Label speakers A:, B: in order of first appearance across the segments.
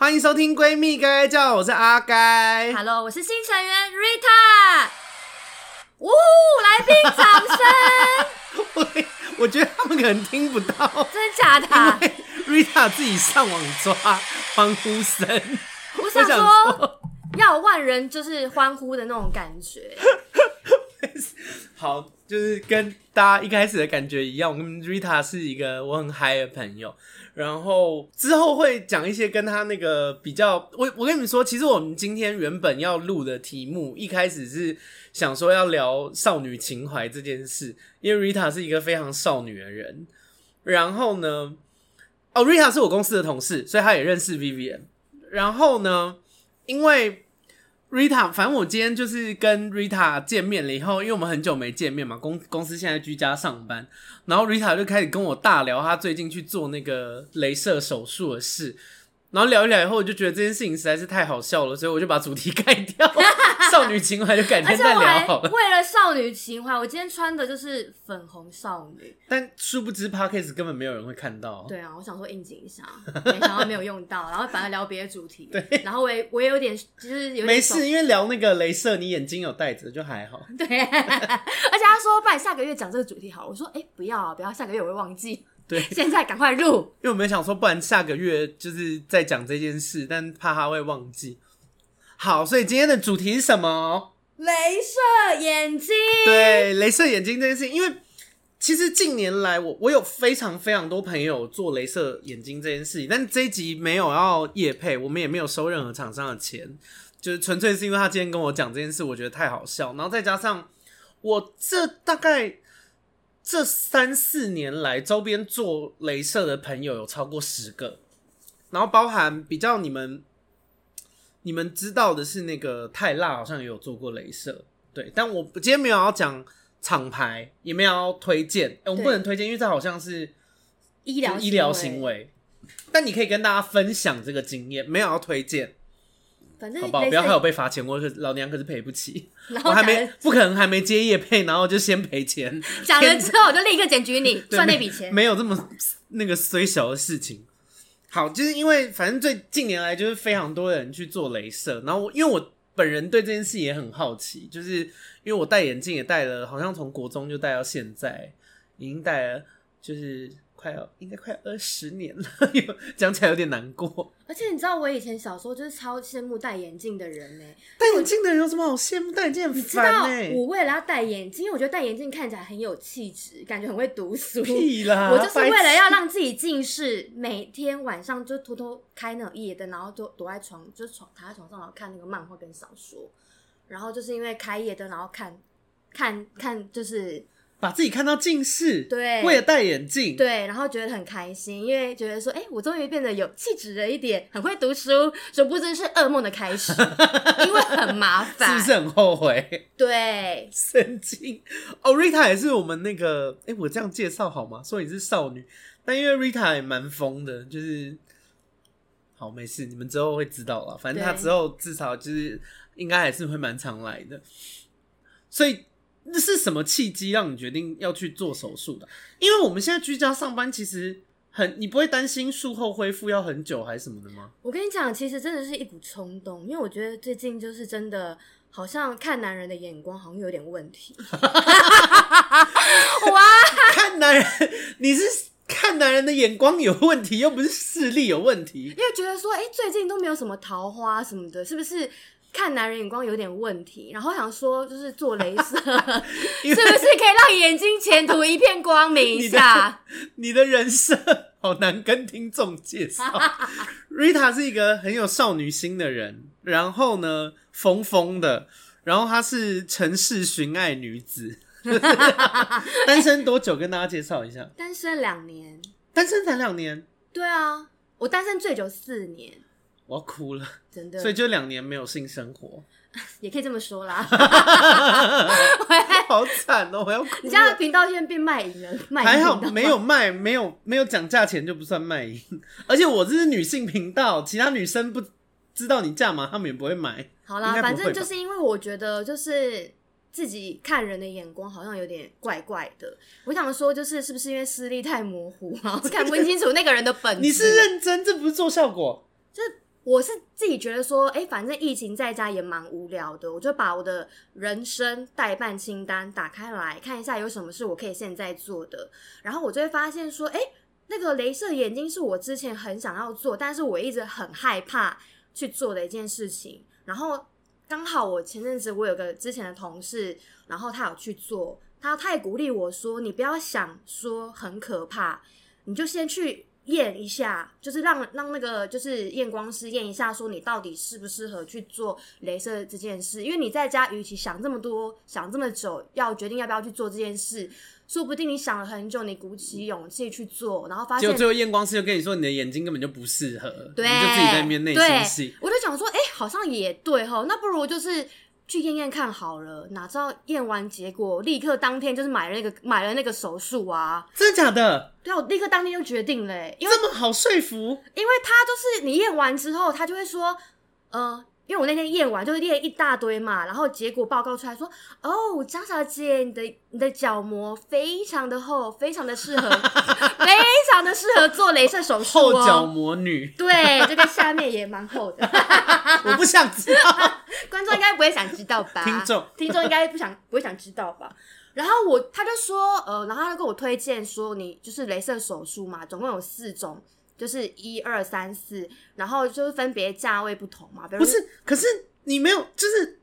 A: 欢迎收听《闺蜜该该叫》，我是阿该。
B: Hello，我是新成员 Rita。呜，来宾掌 声，
A: 我 我觉得他们可能听不到，
B: 真的啊假的？
A: 因为 Rita 自己上网抓欢呼声。
B: 我
A: 我
B: 想
A: 想
B: 啊说，
A: 说，
B: 要有万人就是欢呼的那种感 觉。
A: 好，就是跟大家一开始的感觉一样，我跟 Rita 是一个我很嗨的朋友，然后之后会讲一些跟他那个比较。我我跟你们说，其实我们今天原本要录的题目，一开始是想说要聊少女情怀这件事，因为 Rita 是一个非常少女的人。然后呢，哦，Rita 是我公司的同事，所以她也认识 Vivian。然后呢，因为 Rita，反正我今天就是跟 Rita 见面了以后，因为我们很久没见面嘛，公公司现在居家上班，然后 Rita 就开始跟我大聊她最近去做那个镭射手术的事，然后聊一聊以后，我就觉得这件事情实在是太好笑了，所以我就把主题盖掉，少女情怀就改
B: 而
A: 天
B: 且
A: 再
B: 我还
A: 聊好了。
B: 为了少女情怀，我今天穿的就是粉红少女。
A: 但殊不知 Podcast 根本没有人会看到，
B: 对啊，我想说应景一下，没想到没有用 到，然后反而聊别的主题。对，然后我也我也有点就是有点
A: 没
B: 手
A: 事，因为聊那个镭射，你眼睛有戴着就还好。
B: 对，而且他说，不然下个月讲这个主题好了。我说，哎、不要啊，不要，下个月我会忘记。
A: 对
B: 现在赶快 录。
A: 因为我们想说，不然下个月就是再讲这件事，但怕他会忘记。好，所以今天的主题是什么？
B: 镭射眼睛，
A: 对，镭射眼睛这件事，因为其实近年来我我有非常非常多朋友做镭射眼睛这件事情，但这一集没有要夜配，我们也没有收任何厂商的钱，就是纯粹是因为他今天跟我讲这件事，我觉得太好笑，然后再加上我这大概这三四年来周边做镭射的朋友有超过十个，然后包含比较你们。你们知道的是，那个泰辣好像也有做过镭射，对，但我今天没有要讲厂牌，也没有要推荐、哎诶我们
B: 对
A: 不能推荐，因为这好像是
B: 医疗
A: 医疗行，为。但你可以跟大家分享这个经验，没有要推荐，
B: 反正
A: 好不好？
B: 嗯镭射
A: 不要害我被罚钱，我可老娘可是赔不起，
B: 然
A: 我
B: 后
A: 还
B: 讲
A: 没
B: 了
A: 不可能还没接业配，然后就先赔钱，
B: 讲了之后，我就立刻检举你，
A: 对
B: 赚那
A: 没
B: 笔钱。
A: 没有这么那个虽小的事情。好，就是因为反正最近年来就是非常多人去做镭射，然后我因为我本人对这件事也很好奇，就是因为我戴眼镜也戴了，好像从国中就戴到现在，已经戴了就是快要应该快二十年了，有讲起来有点难过。
B: 而且你知道，我以前小时候就是超羡慕戴眼镜的人呢、
A: 戴眼镜的人有什么好羡慕？戴眼镜很
B: 你知
A: 烦
B: 道
A: 哎、
B: 我为了要戴眼镜，因为我觉得戴眼镜看起来很有气质，感觉很会读书。
A: 屁啦！
B: 我就是为了
A: 白痴
B: 要让自己近视，每天晚上就偷偷开那种夜灯，然后就躲在床，就是床躺在床上，然后看那个漫画跟小说。然后就是因为开夜灯，然后看，看看，就是
A: 把自己看到近视，
B: 对
A: 为了戴眼镜，
B: 对，然后觉得很开心，因为觉得说，哎，我终于变得有气质了一点，很会读书，殊不知是噩梦的开始，因为很麻
A: 是
B: 烦，
A: 不是很后悔？
B: 对，
A: 神经哦，Rita 也是我们那个，哎、我这样介绍好吗？说你是少女，但因为 Rita 也蛮疯的，就是好没事，你们之后会知道啦。反正她
B: 对
A: 之后至少就是应该还是会蛮常来的。所以那是什么契机让你决定要去做手术的？因为我们现在居家上班，其实很你不会担心术后恢复要很久还是什么的吗？
B: 我跟你讲，其实真的是一股冲动，因为我觉得最近就是真的，好像看男人的眼光好像有点问题。哇，
A: 看男人， 你是看男人的眼光有问题，又不是视力有问题。
B: 因为觉得说，哎、最近都没有什么桃花什么的，是不是？看男人眼光有点问题，然后想说就是做镭射，
A: 因为
B: 是不是可以让眼睛前途一片光明一下？
A: 你的人设好难跟听众介绍。Rita 是一个很有少女心的人，然后呢，疯疯的，然后她是城市寻爱女子，单身多久？跟大家介绍一下，
B: 单身两年，
A: 单身才两年，
B: 对啊，我单身最久四年，
A: 我要哭了，
B: 真的，
A: 所以就两年没有性生活，
B: 也可以这么说 啦。
A: 好惨哦，我要哭
B: 你家的
A: 了。
B: 频道现在变卖淫了，卖淫
A: 还好
B: 频道
A: 没有卖，没有没有讲价钱就不算卖淫，而且我这是女性频道，其他女生不知道你价码，她们也不会买。
B: 好
A: 应
B: 啦，
A: 该不
B: 反
A: 会
B: 正就
A: 吧
B: 是因为我觉得就是自己看人的眼光好像有点怪怪的。我想说，就是是不是因为 视力太模糊，然后看不清楚那个人的本质？
A: 你是认真，这不是做效果。
B: 这我是自己觉得说，哎、反正疫情在家也蛮无聊的，我就把我的人生代办清单打开来看一下，有什么是我可以现在做的。然后我就会发现说，哎、那个镭射眼睛是我之前很想要做，但是我一直很害怕去做的一件事情。然后刚好我前阵子我有个之前的同事，然后他有去做，他他也鼓励我说，你不要想说很可怕，你就先去验一下，就是让让那个就是验光师验一下，说你到底适不适合去做镭射这件事。因为你在家，与其想这么多，想这么久，要决定要不要去做这件事，说不定你想了很久，你鼓起勇气去做，然后发
A: 结
B: 现
A: 果最后验光师就跟你说你的眼睛根本就不适合，
B: 对，
A: 你就自己在那边内
B: 对
A: 心戏。
B: 我就想说，哎、好像也对吼，那不如就是去验验看好了。哪知道验完结果，立刻当天就是买了那个买了那个手术啊。
A: 真的假的？
B: 对啊，我立刻当天就决定了、欸，因为
A: 这么好说服？
B: 因为他就是你验完之后，他就会说，呃。因为我那天验完就是验一大堆嘛，然后结果报告出来说，哦，张小姐，你的你的角膜非常的厚，非常的适合， 非常的适合做镭射手术
A: 后
B: 哦。
A: 角魔女，
B: 对，这个下面也蛮厚的。
A: 我不想知道。
B: 观众应该不会想知道吧？
A: 听众
B: 听众应该不想不会想知道吧？然后我他就说，呃，然后他就跟我推荐说，你就是镭射手术嘛，总共有四种，就是一二三四，然后就是分别价位不同嘛。比如
A: 不是，可是你没有，就是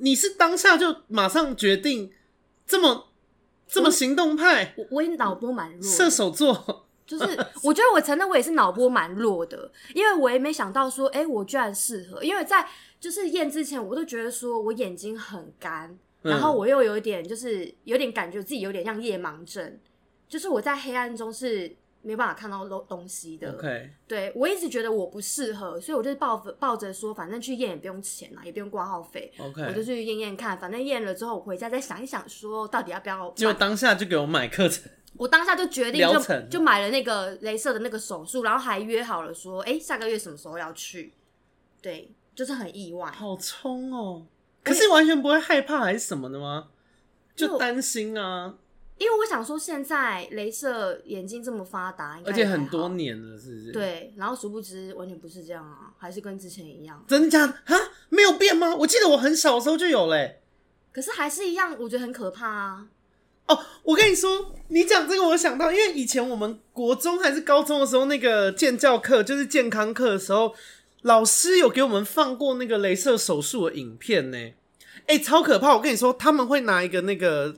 A: 你是当下就马上决定这么这么行动派，
B: 我，我也脑波蛮弱的，
A: 射手座。
B: 就是我觉得我承认我也是脑波蛮弱的，因为我也没想到说，哎、我居然适合。因为在就是验之前，我都觉得说我眼睛很干，
A: 嗯
B: 然后我又有一点就是有点感觉自己有点像夜盲症，就是我在黑暗中是没办法看到东东西的。
A: OK，
B: 对我一直觉得我不适合，所以我就抱抱着说，反正去验也不用钱啊，也不用挂号费。
A: OK
B: 我就去验验看，反正验了之后，我回家再想一想，说到底要不要
A: 结果
B: 买
A: 当下就给我买课 程，
B: 我当下就决定
A: 疗
B: 就
A: 程
B: 就买了那个镭射的那个手术，然后还约好了说，哎、下个月什么时候要去？对，就是很意外。
A: 好冲哦！可是完全不会害怕还是什么的吗？
B: 因为
A: 就
B: 我
A: 担心啊，
B: 因为我想说，现在镭射眼睛这么发达，应该
A: 而且
B: 也还
A: 很多
B: 好
A: 年了，是不是？，
B: 对，然后殊不知完全不是这样啊，还是跟之前一样，
A: 真的假的啊？没有变吗？我记得我很小的时候就有嘞、
B: 可是还是一样，我觉得很可怕啊。
A: 哦，我跟你说，你讲这个，我想到，因为以前我们国中还是高中的时候，那个健教课就是健康课的时候，老师有给我们放过那个镭射手术的影片呢。哎、超可怕！我跟你说，他们会拿一个那个，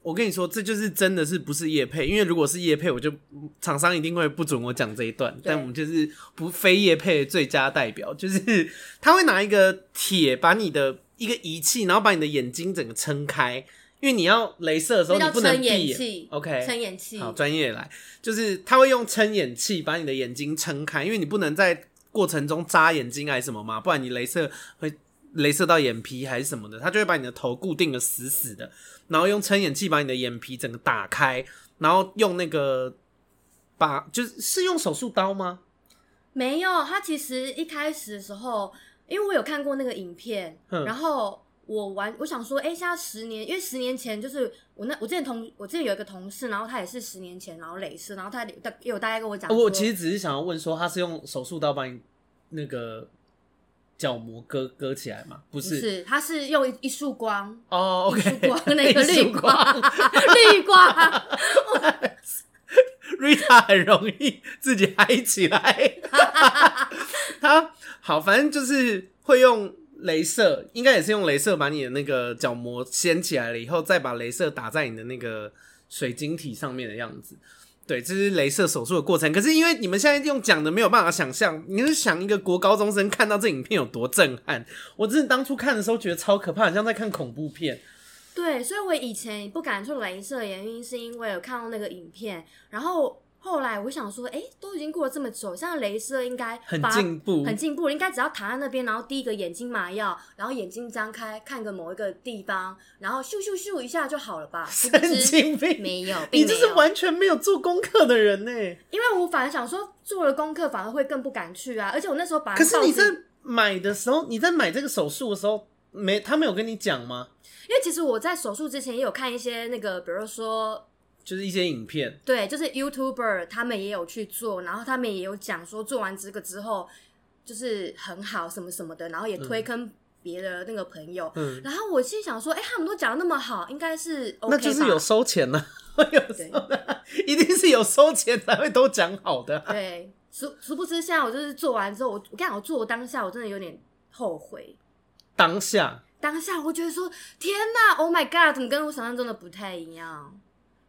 A: 我跟你说，这就是真的是不是叶配？因为如果是叶配，我就厂商一定会不准我讲这一段。但我们就是不非叶配的最佳代表，就是他会拿一个铁把你的一个仪器，然后把你的眼睛整个撑开。因为你要镭射的时候，
B: 那
A: 你
B: 叫
A: 不能
B: 撑
A: 闭
B: 眼器
A: OK，
B: 撑眼器，
A: 好，专业来，就是他会用撑眼器把你的眼睛撑开，因为你不能在过程中扎眼睛啊还是什么嘛，不然你镭射会镭射到眼皮还是什么的，他就会把你的头固定的死死的，然后用撑眼器把你的眼皮整个打开，然后用那个把就是是用手术刀吗？
B: 没有，他其实一开始的时候，因为我有看过那个影片，
A: 嗯
B: 然后我玩，我想说，哎、现在十年，因为十年前就是我那我之前同我之前有一个同事，然后他也是十年前，然后镭射，然后他也有大概跟我讲
A: 啊
B: 说，
A: 我其实只是想要问说，他是用手术刀把你那个角膜割割起来吗？不
B: 不
A: 是。
B: 是，他是用一一 束光。
A: 哦
B: 一束
A: ，OK，
B: 光， 那个
A: 一束
B: 绿光， 绿光，
A: Rita 很容易自己嗨起 来。他好，反正就是会用镭射，应该也是用镭射把你的那个角膜掀起来了以后，再把镭射打在你的那个水晶体上面的样子。对，这是镭射手术的过程。可是因为你们现在用讲的没有办法想象，你是想一个国高中生看到这影片有多震撼？我真的当初看的时候觉得超可怕，很像在看恐怖片。
B: 对，所以我以前不敢去镭射，原因是因为有看到那个影片，然后后来我想说，哎、都已经过了这么久，现在镭射应该
A: 很
B: 发
A: 进步
B: 很进步，应该只要躺在那边，然后滴一个眼睛麻药，然后眼睛张开看个某一个地方，然后咻咻咻一下就好了吧？殊不
A: 神
B: 知
A: 经病！
B: 没有，
A: 你
B: 并
A: 这
B: 没
A: 是
B: 有，
A: 完全没有做功课的人呢、
B: 因为我反而想说做了功课反而会更不敢去啊，而且我那时候把
A: 可是你
B: 报纸
A: 在买的时候，你在买这个手术的时候，没他没有跟你讲吗？
B: 因为其实我在手术之前也有看一些那个，比如说
A: 就是一些影片，
B: 对，就是 YouTuber 他们也有去做，然后他们也有讲说做完这个之后，就是很好什么什么的，然后也推坑别的那个朋友。
A: 嗯，
B: 然后我心想说，哎、他们都讲的那么好，应该是 OK
A: 那
B: 吧？
A: 就是有收钱呢、会有收的， 一定是有收钱才会都讲好的啊、
B: 对，殊殊不知现在我就是做完之后，我我跟你讲，我做当下我真的有点后悔。
A: 当下
B: 当下我觉得说，天哪，Oh my God，怎么跟我想象中的不太一样？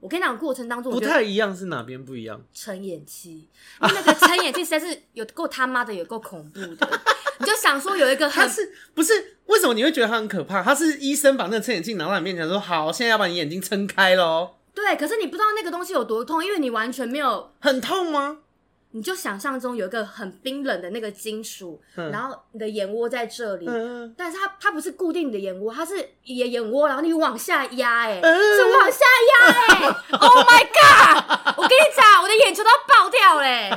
B: 我跟你讲，过程当中我
A: 不
B: 觉
A: 太
B: 得
A: 一样是哪边不一样？
B: 撑眼 期，因为那个撑眼期实在是有够他妈的有够恐怖 的，你就想说有一个
A: 他
B: 很
A: 是不是为什么你会觉得他很可怕？他是医生把那个撑眼镜拿到你面前说：“好，现在要把你眼睛撑开喽。
B: 对，可是你不知道那个东西有多痛，因为你完全没有”
A: 很痛吗？
B: 你就想象中有一个很冰冷的那个金属，
A: 嗯
B: 然后你的眼窝在这里，
A: 嗯，
B: 但是它它不是固定你的眼窝，它是眼眼窝，然后你往下压、欸，哎、
A: 嗯
B: 是往下压、 欸，哎，Oh my god！我跟你讲，我的眼球都要爆掉嘞、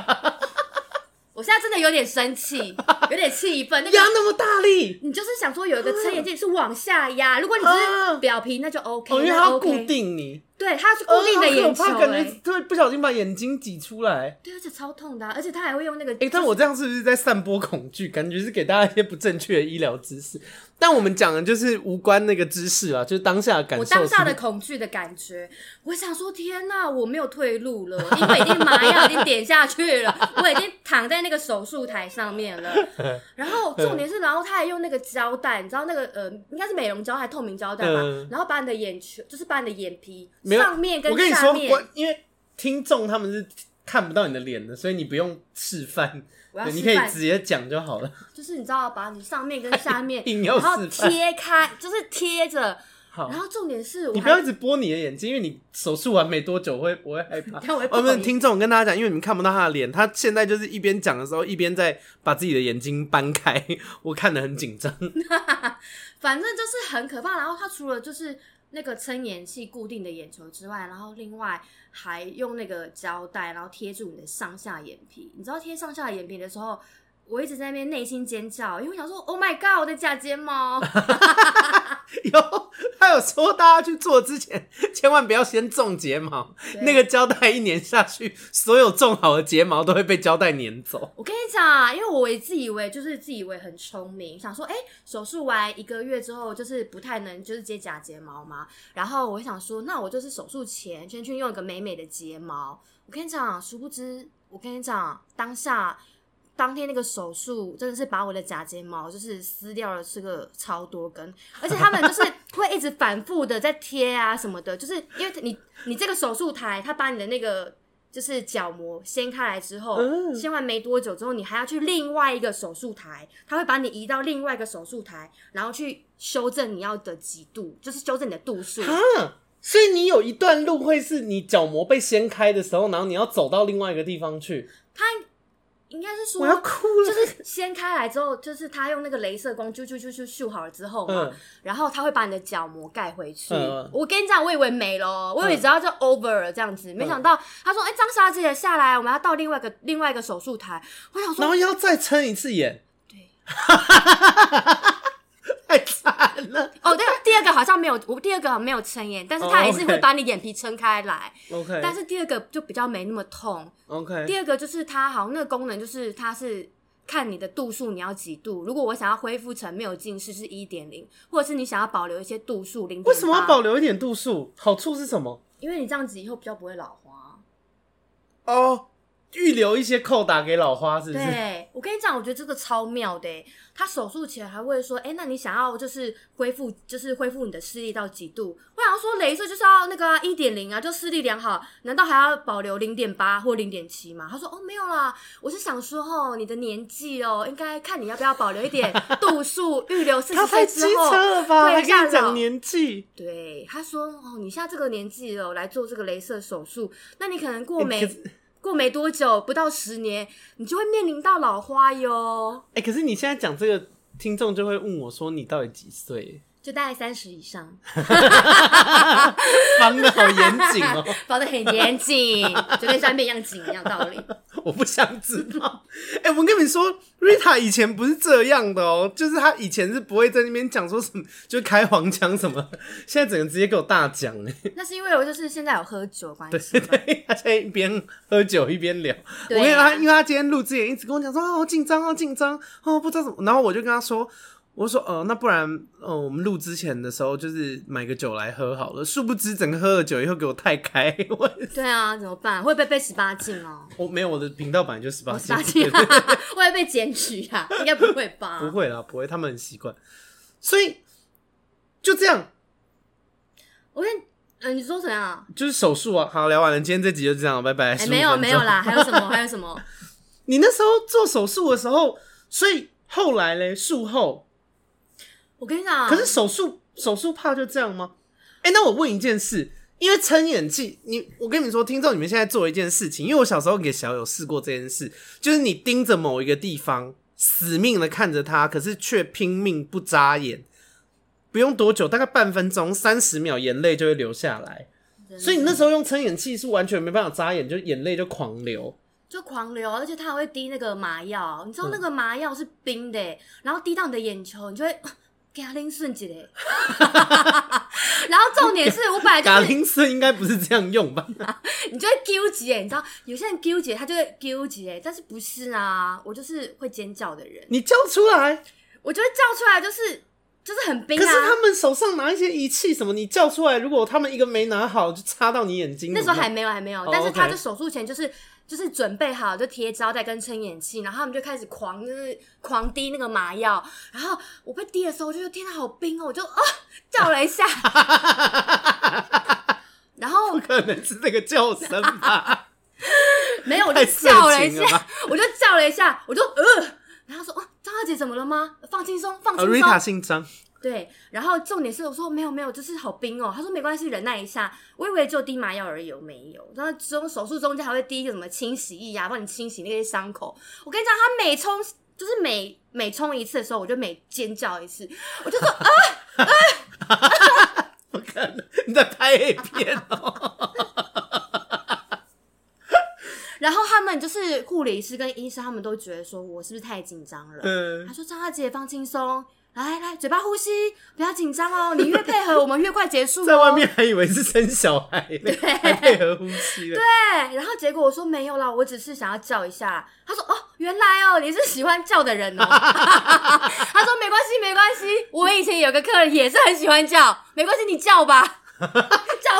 B: 我现在真的有点生气，有点气愤，那
A: 压
B: 个。
A: 那么大力，
B: 你就是想说有一个撑眼镜是往下压，如果你只是
A: 啊
B: 表皮那就 OK，、
A: 哦，因为它
B: 那
A: 要
B: OK
A: 固，定你，
B: 对，它是固定的眼球、
A: 哦好可怕
B: 欸，
A: 感觉会不小心把眼睛挤出来。
B: 对，而且超痛的啊、而且它还会用那个，
A: 哎、但我这样是不是在散播恐惧？感觉是给大家一些不正确的医疗知识。但我们讲的就是无关那个知识啊，就是当下的感受
B: 我
A: 是不是。
B: 当下的恐惧的感觉，我想说天哪，我没有退路了，因为已经麻药已经点下去了，我已经躺在那个手术台上 面了。然后重点是，然后他还用那个胶带，你知道那个呃，应该是美容胶还是透明胶带吧，
A: 嗯
B: 然后把你的眼球，就是把你的眼皮
A: 没有
B: 上面
A: 我跟你
B: 下
A: 说，
B: 面，
A: 我因为听众他们是看不到你的脸的，所以你不用示范，
B: 我要
A: 对你
B: 示
A: 可以
B: 范
A: 直，接讲就好了。，
B: 就是你知道，把你上面跟下面
A: 硬要
B: 然
A: 示范
B: 后贴开，就是贴着。
A: 好
B: 然，后重点是，我
A: 你不
B: 还
A: 要一直拨你的眼睛，因为你手术完没多久会我会害怕。
B: 看我会 不
A: 我
B: 好
A: 们
B: 意思
A: 听众跟大家讲，因为你们看不到他的脸，他现在就是一边讲的时候，一边在把自己的眼睛搬开，我看得很紧张。
B: 反正就是很可怕。然后它除了就是那个撑眼器固定的眼球之外，然后另外还用那个胶带，然后贴住你的上下眼皮。你知道贴上下眼皮的时候，我一直在那边内心尖叫，因为我想说，Oh my god，我的假 睫毛！
A: 有，他有说大家去做之前，千万不要先种睫毛，
B: 对
A: 那个胶带一粘下去，所有种好的睫毛都会被胶带粘走。
B: 我跟你讲啊，因为我也自以为就是自以为很聪明，想说，哎、手术完一个月之后，就是不太能就是接假睫毛嘛。然后我想说，那我就是手术前先去用一个美美的睫毛。我跟你讲，殊不知，我跟你讲，当下当天那个手术真的是把我的假睫毛就是撕掉了这个超多根，而且他们就是会一直反复的在贴啊什么的， 就是因为你你这个手术台，他把你的那个。就是角膜掀开来之后，
A: 嗯
B: 掀完没多久之后，你还要去另外一个手术台，他会把你移到另外一个手术台，然后去修正你要的几度，就是修正你的度数。
A: 啊，所以你有一段路会是你角膜被掀开的时候，然后你要走到另外一个地方去。
B: 应该是
A: 我要
B: 说，
A: 哭了，
B: 啊就是掀开来之后，就是他用那个镭射光啾啾啾啾咻好了之后嘛，
A: 嗯
B: 然后他会把你的角膜盖回去。
A: 嗯嗯
B: 我跟你讲，我以为没了，我以为
A: 嗯
B: 只要就 over 了这样子，没想到他说：“哎、张小姐下来，我们要到另外一个另外一个手术台。”我想
A: 然
B: 说，
A: 后要再撑一次眼，
B: 对，
A: 太惨了。
B: 哦，对，第二个好像没有，我第二个好像没有撑眼，但是
A: 哦
B: 他还是
A: OK
B: 会把你眼皮撑开来，
A: OK，
B: 但是第二个就比较没那么痛。
A: OK，
B: 第二个就是它好像那个功能就是它是看你的度数你要几度，如果我想要恢复成没有近视是一点零，或者是你想要保留一些度数零
A: 为什么要保？留一点度数？好处是什么？
B: 因为你这样子以后比较不会老花。
A: 哦，预留一些扣打给老花，是不是？
B: 对，我跟你讲，我觉得这个超妙的欸。他手术前还会说，哎、那你想要就是恢复，就是恢复你的视力到几度？我想说，镭射就是要那个一点零啊，就视力良好，难道还要保留零点八或零点七吗？他说，哦，没有啦，我是想说，哦，你的年纪哦，应该看你要不要保留 一点度数，预留四
A: 他
B: 十岁
A: 太机
B: 之后。
A: 车了吧？
B: 会
A: 还跟
B: 吓
A: 你讲
B: 到
A: 年纪？
B: 对，他说，哦，你现在这个年纪了，来做这个镭射手术，那你可能过没
A: 可是
B: 过没多久，不到十年，你就会面临到老花哟。
A: 哎、可是你现在讲这个，听众就会问我说你到底几岁？
B: 就大概三十以上，
A: 防的好严谨哦，
B: 包的很严谨， 就跟三变一样紧一样道理。
A: 我不想知道。哎、我跟你说，Rita 以前不是这样的哦，就是她以前是不会在那边讲说什么，就开黄腔什么，现在整个直接给我大讲哎。
B: 那是因为我就是现在有喝酒的关系
A: 对
B: 吧，
A: 对，他现在一边喝酒一边聊。
B: 对
A: 我跟
B: 啊
A: 他，因为他今天录之前一直跟我讲说啊，好紧张，好紧张，哦，不知道怎么。然后我就跟他说，我说呃，那不然呃，我们录之前的时候就是买个酒来喝好了。殊不知整个喝了酒以后给我太开，我
B: 对啊，怎么办？会不会被十八禁哦？
A: 我没有我的频道版就十八
B: 十八禁，啊
A: 对对
B: 会不会被检举 啊？应该不会吧？
A: 不会啦，不会，他们很习惯，所以就这样，
B: 我跟你呃，你说怎样啊？
A: 就是手术啊。好，聊完了，今天这集就这样，拜拜。
B: 哎，
A: 15
B: 没有
A: 分钟
B: 没有啦，还有什么？还有什么？
A: 你那时候做手术的时候，所以后来嘞，术后
B: 我跟你讲，
A: 可是手术手术怕就这样吗？哎、那我问一件事，因为撑演技，你我跟你们说，听众你们现在做一件事情，因为我小时候给小友试过这件事，就是你盯着某一个地方，死命的看着他，可是却拼命不眨眼。不用多久，大概半分钟、三十秒，眼泪就会流下来。
B: 真的
A: 所以你那时候用撑眼器是完全没办法眨眼，就眼泪就狂流。
B: 就狂流，而且它还会滴那个麻药，你知道那
A: 嗯
B: 个麻药是冰的、然后滴到你的眼球，你就会 给它拎瞬间嘞。 然后重点是我本来就
A: 嘎
B: 是，
A: 铃声应该不是这样用吧？
B: 你就会纠结，你知道有些人纠结，他就会纠结，但是不是啊？我就是会尖叫的人，
A: 你叫出来，
B: 我就会叫出来，就是就是很冰
A: 可是他
B: 啊。
A: 们手上拿一些仪器什么，你叫出来，如果他们一个没拿好，就插到你眼睛。
B: 那时候还
A: 怎么
B: 没有，还没有
A: 哦，
B: 但是他
A: OK
B: 就手术前就是就是准备好就贴胶带跟撑眼器，然后他们就开始狂就是狂滴那个麻药，然后我被滴的时候，我就觉得天哪好冰哦，我就啊叫了 一下，然后
A: 办可能是那个叫声 吧，
B: 没有我就
A: 太色
B: 叫了一
A: 情
B: 下
A: 了，吧？
B: 我就叫了一下，我就呃。然后说哦，张大姐怎么了吗？放轻松，放
A: 啊
B: 轻
A: ，Rita
B: 松。
A: 姓张，
B: 对，然后重点是我说没有没有，就是好冰哦。他说没关系，忍耐一下。我以为就滴麻药而已，我没有。然后中手术中间还会滴一个什么清洗液啊，帮你清洗那些伤口。我跟你讲，他每冲就是每每冲一次的时候，我就每尖叫一次，我就说啊，
A: 不可能，你在拍 A 片 哦。
B: 然后他们就是护理师跟医生，他们都觉得说我是不是太紧张了？
A: 嗯
B: 他，说：“张大姐，放轻松，来来，嘴巴呼吸，不要紧张哦。你越配合，我们越快结束、哦。”
A: 在外面还以为是生小孩呢，还配合呼吸了。
B: 对，然后结果我说没有啦，我只是想要叫一下。他说哦，原来哦，你是喜欢叫的人 哦。 他说没关系，没关系，我以前有个客人也是很喜欢叫，没关系，你叫吧， 叫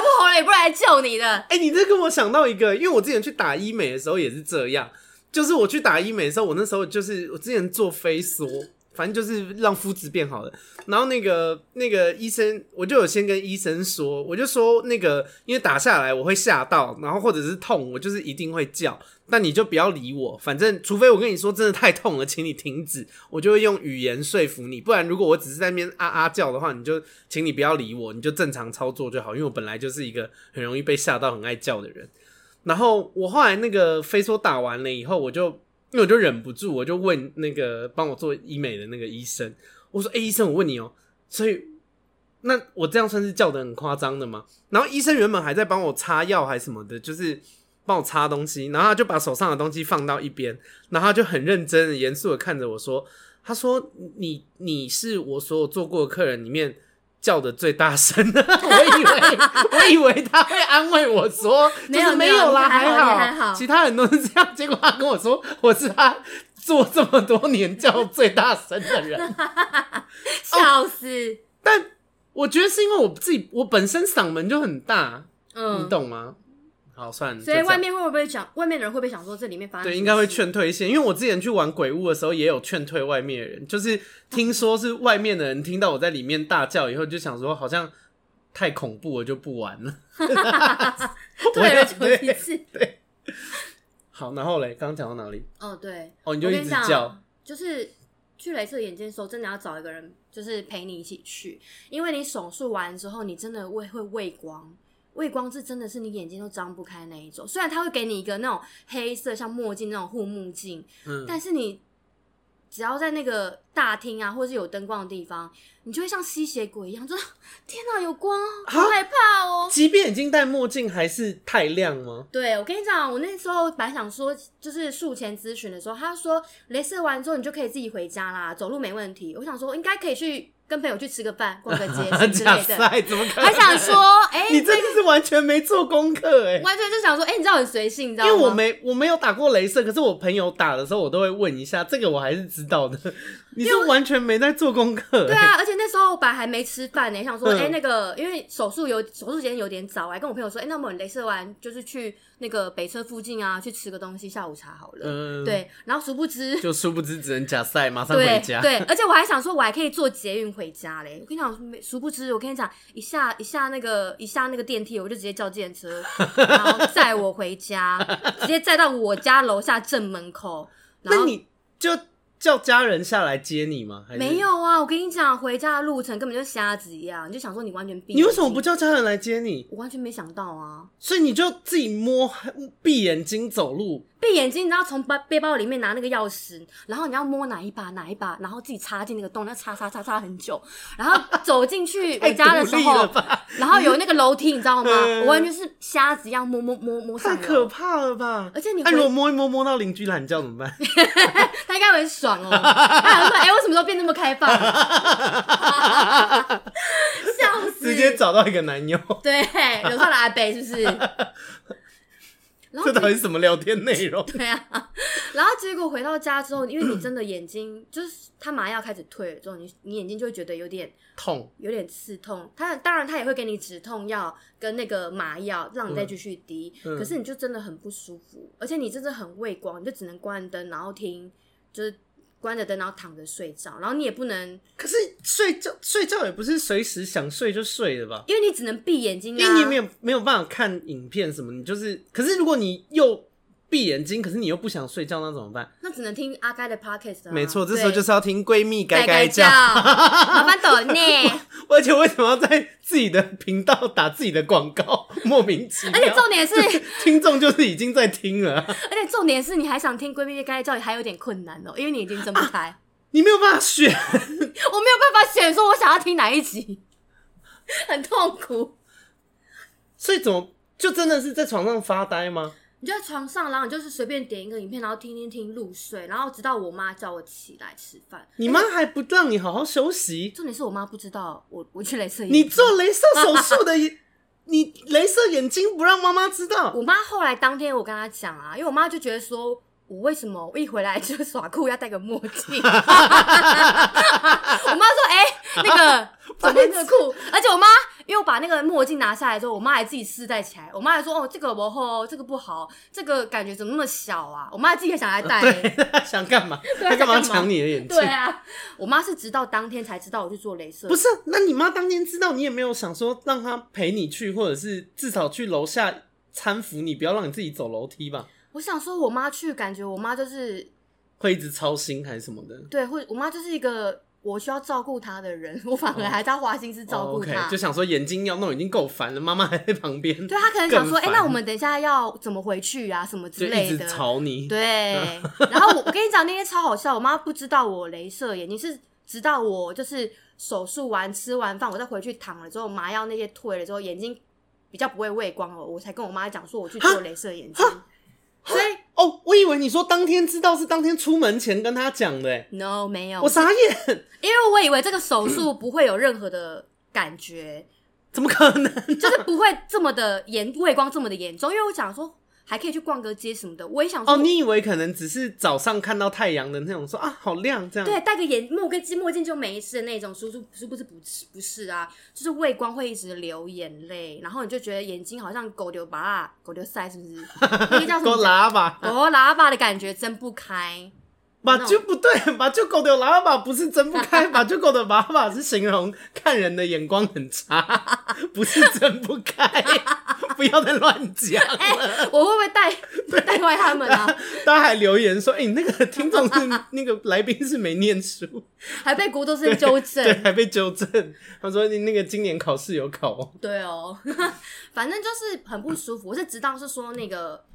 B: 不红了也不来救你的。
A: 哎、你这跟我想到一个，因为我之前去打医美的时候也是这样，就是我去打医美的时候，我那时候就是我之前做飞梭，反正就是让肤质变好的。然后那个那个医生，我就有先跟医生说，我就说那个因为打下来我会吓到，然后或者是痛，我就是一定会叫，但你就不要理我，反正除非我跟你说真的太痛了，请你停止，我就会用语言说服你。不然如果我只是在那边啊啊叫的话，你就请你不要理我，你就正常操作就好，因为我本来就是一个很容易被吓到、很爱叫的人。然后我后来那个飞梭打完了以后，我就因为我就忍不住，我就问那个帮我做医美的那个医生，我说：“哎、医生，我问你哦、所以那我这样算是叫的很夸张的吗？”然后医生原本还在帮我擦药还什么的，就是帮我擦东西，然后他就把手上的东西放到一边，然后他就很认真地、严肃的看着我说：“他说你你是我所有做过的客人里面。”叫的最大声的， 我以为我以为他会安慰我说，
B: 没
A: 就是
B: 有
A: 没
B: 没有
A: 有啦，
B: 你还好
A: 好，
B: 你还好
A: 其他人都是这样。结果他跟我说，我是他做这么多年叫最大声的人。
B: 笑死，
A: 但我觉得是因为我自己，我本身嗓门就很大，哦你
B: 嗯，
A: 懂吗？好，算了。
B: 所
A: 就
B: 以
A: 这样
B: 外面会不会想，外面的人会不会想说这里面发生什么
A: 对
B: 事？
A: 应该会劝退一些，因为我之前去玩鬼屋的时候也有劝退外面的人，就是听说是外面的人听到我在里面大叫以后，就想说好像太恐怖了，就不玩 了。
B: 退了
A: 我啊也
B: 就一次。
A: 好，然后嘞，刚刚讲到哪里？
B: 哦，对，
A: 哦，你
B: 我
A: 就一
B: 跟你
A: 直
B: 讲，
A: 叫，
B: 就是去镭射眼睛的时候，真的要找一个人，就是陪你一起去，因为你手术完之后，你真的会会畏光。畏光是真的是你眼睛都张不开那一种，虽然它会给你一个那种黑色像墨镜那种护目镜，
A: 嗯，
B: 但是你只要在那个大厅啊，或是有灯光的地方，你就会像吸血鬼一样，就是天哪、有光，好害怕哦。
A: 即便已经戴墨镜，还是太亮吗？
B: 对，我跟你讲，我那时候本来想说，就是术前咨询的时候，他说镭射完之后你就可以自己回家啦，走路没问题。我想说，应该可以去跟朋友去吃个饭、逛个街 什么之
A: 假
B: 类的，
A: 赛怎么可能？
B: 还 想说，哎、
A: 你真的是完全没做功课哎、
B: 完全就想说，哎、你知道很随性，你知
A: 因
B: 道吗？
A: 为我没我没有打过镭射，可是我朋友打的时候，我都会问一下，这个我还是知道的。你是完全没在做功课、欸，
B: 对啊，而且那时候我本来还没吃饭呢、想说，
A: 嗯
B: 哎、那个因为手术有手术时间有点早，我还跟我朋友说，哎、那我们镭射完就是去那个北车附近啊，去吃个东西，下午茶好了。
A: 嗯，，
B: 对，然后殊不知，
A: 就殊不知只能假赛，马上
B: 对
A: 回家。
B: 对，而且我还想说，我还可以坐捷运回家嘞。我跟你讲，没殊不知，我跟你讲，一下一下那个一下那个电梯，我就直接叫 电车，然后载我回家，直接载到我家楼下正门口。然
A: 那
B: 后
A: 你就叫家人下来接你吗？还是
B: 没？有啊，我跟你讲，回家的路程根本就瞎子一样，你就想说你完全闭。
A: 你为什么不？叫家人来接你？
B: 我完全没想到啊！
A: 所以你就自己摸闭眼睛走路，
B: 闭眼睛，你知道从包背包里面拿那个钥匙，然后你要摸哪一把哪一把，然后自己插进那个洞，要插插插插很久，然后走进去我
A: 太
B: 家的时
A: 独立了
B: 候，
A: 吧？
B: 然后有那个楼梯，你知道吗？
A: 嗯
B: 我完全是瞎子一样摸摸摸摸上
A: 太
B: 楼
A: 可怕哎了吧！
B: 而且你
A: 那、
B: 回
A: 如果摸一摸摸到邻居懒觉怎么 办？
B: 他应该会很爽哦。他想说：“哎、我什么时候变那么开放了？”笑死！
A: 直接找到一个男友，
B: 对，惹到了阿北是不是？然后
A: 这到底是什么聊天内容？
B: 对啊，然后结果回到家之后，因为你真的眼睛就是他麻药开始退了之后，你你眼睛就会觉得有点
A: 痛，
B: 有点刺痛。他当然他也会给你止痛药跟那个麻药，让你再继续滴。
A: 嗯嗯
B: 可是你就真的很不舒服，而且你真的很畏光，你就只能关灯，然后听就是关着灯，然后躺着睡觉，然后你也不能，
A: 可是睡觉睡觉也不是随时想睡就睡的吧？
B: 因为你只能闭眼睛、啊，
A: 因为你也没有没有办法看影片什么，你就是。可是如果你又闭眼睛，可是你又不想睡觉，那怎么办？
B: 那只能听阿该的 podcast、啊。
A: 没错，这时候就是是要听闺蜜
B: 该
A: 该该
B: 叫，
A: 叫。
B: 麻烦 抖内。
A: 而且为什么要在自己的频道打自己的广告？ 莫名其妙。
B: 而且重点是，
A: 听众就是已经在听了啊，
B: 而且重点是你还想听闺蜜该叫，还有点困难哦，因为你已经睁不开，
A: 你没有办法选。
B: 我没有办法选说我想要听哪一集，很痛苦。
A: 所以怎么就真的是在床上发呆吗？
B: 你就在床上，然后你就是随便点一个影片，然后听听听入睡，然后直到我妈叫我起来吃饭。
A: 你妈还不让你好好休息？
B: 重点是我妈不知道我 我去镭射 眼
A: 你
B: 睛，
A: 做镭射手术的， 你镭射眼睛不让妈妈知道，
B: 我妈后来当天我跟她讲啊，因为我妈就觉得说。我为什么我一回来就耍酷要戴个墨 镜？ 我妈说：“哎、那个怎么那个酷？” 而且我妈因为我把那个墨镜拿下来之后，我妈还自己试戴起来。我妈还说：“哦，这个不好，这个不好，这个感觉怎么那么小啊？”我妈自己也想来戴、
A: 对，她想干嘛？
B: 对啊
A: 她干嘛
B: 她干嘛
A: 抢你的 眼睛
B: 对？啊，我妈是直到当天才知道我去做镭射，
A: 不是啊，那你妈当天知道，你也没有想说让她陪你去，或者是至少去楼下搀扶你，不要让你自己走楼梯吧？
B: 我想说我妈去，感觉我妈就是
A: 会一直操心还是什么的？
B: 对，或我妈就是一个我需要照顾她的人，我反而还在花心思照
A: 哦
B: 顾
A: ，OK，
B: 她。
A: 就想说眼睛要弄已经够烦了，妈妈还在旁边，
B: 对她可能想说，
A: 更
B: 哎、
A: 烦
B: 那我们等一下要怎么回去啊，什么
A: 就一
B: 之类
A: 直
B: 的。
A: 吵你。啊
B: 对，然后我我跟你讲那天超好笑，我妈不知道我镭射眼睛，是直到我就是手术完吃完饭，我再回去躺了之后，麻药那些退了之后，眼睛比较不会畏光了，我才跟我妈讲说我去做镭射眼睛。所以
A: 哦，我以为你说当天知道是当天出门前跟她讲的，哎
B: no 没有
A: 我，傻眼，
B: 因为我以为这个手术不会有任何的感 觉，
A: 怎么可能？
B: 就是不会这么的严畏光这么的严重，因为我想说还可以去逛个街什么的，我也想说
A: 哦，你以为可能只是早上看到太阳的那种，说啊好亮这样，
B: 对，戴个眼墨跟墨镜就没事的那种，殊不殊不知不是不是啊，就是畏光会一直流眼泪，然后你就觉得眼睛好像狗流拔狗流塞，是不 是？那个叫什
A: 狗
B: 么讲？
A: 喇叭，
B: 狗喇叭的感觉睁不开，
A: 把就不对，把就狗的喇叭不是睁不开，把就狗的喇叭是形容看人的眼光很差， 不是睁不开， 不要再乱讲。
B: 我会不会 带带坏他们啊？
A: 大家还留言说，哎、你那个听众是那个来宾是没念书，
B: 还被国都是纠
A: 对，
B: 正。
A: 还被纠正。他说你那个今年考试有考哦，
B: 对哦， 反正就是很不舒服。我是直到是说那个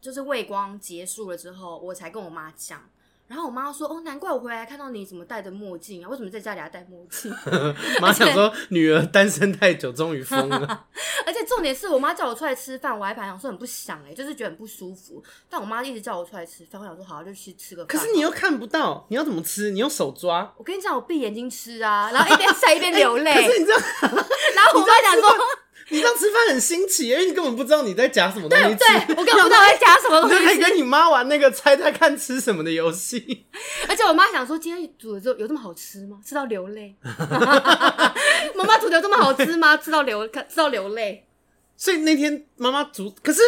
B: 就是畏光结束了之后，我才跟我妈讲，然后我妈说：“哦，难怪我回来看到你怎么戴着墨镜啊？为什么在家里要戴墨镜？
A: 妈想说女儿单身太久，终于疯了。
B: 而且重点是我妈叫我出来吃饭，我还本来想说很不想哎、就是觉得很不舒服。但我妈一直叫我出来吃饭，我想说好就去吃个
A: 可
B: 饭。
A: 是你又看不到，你要怎么吃？你用手抓。
B: 我跟你讲，我闭眼睛吃啊，然后一边塞一边 流泪。
A: 哎可是你这样，
B: 然后我妈讲说，
A: 你这样吃饭很新奇，因为你根本不知哎道你在夹什么东西
B: 对
A: 吃。
B: 对，我根本不知道我在夹什么
A: 你
B: 东
A: 就可以
B: 西。
A: 跟你妈玩那个猜猜看吃什么的游戏。
B: 而且我妈想说，今天煮的时候有这么好吃吗？吃到流 泪。 妈妈煮的有这么好吃吗？吃到流，吃到流泪。
A: 所以那天妈妈煮，可是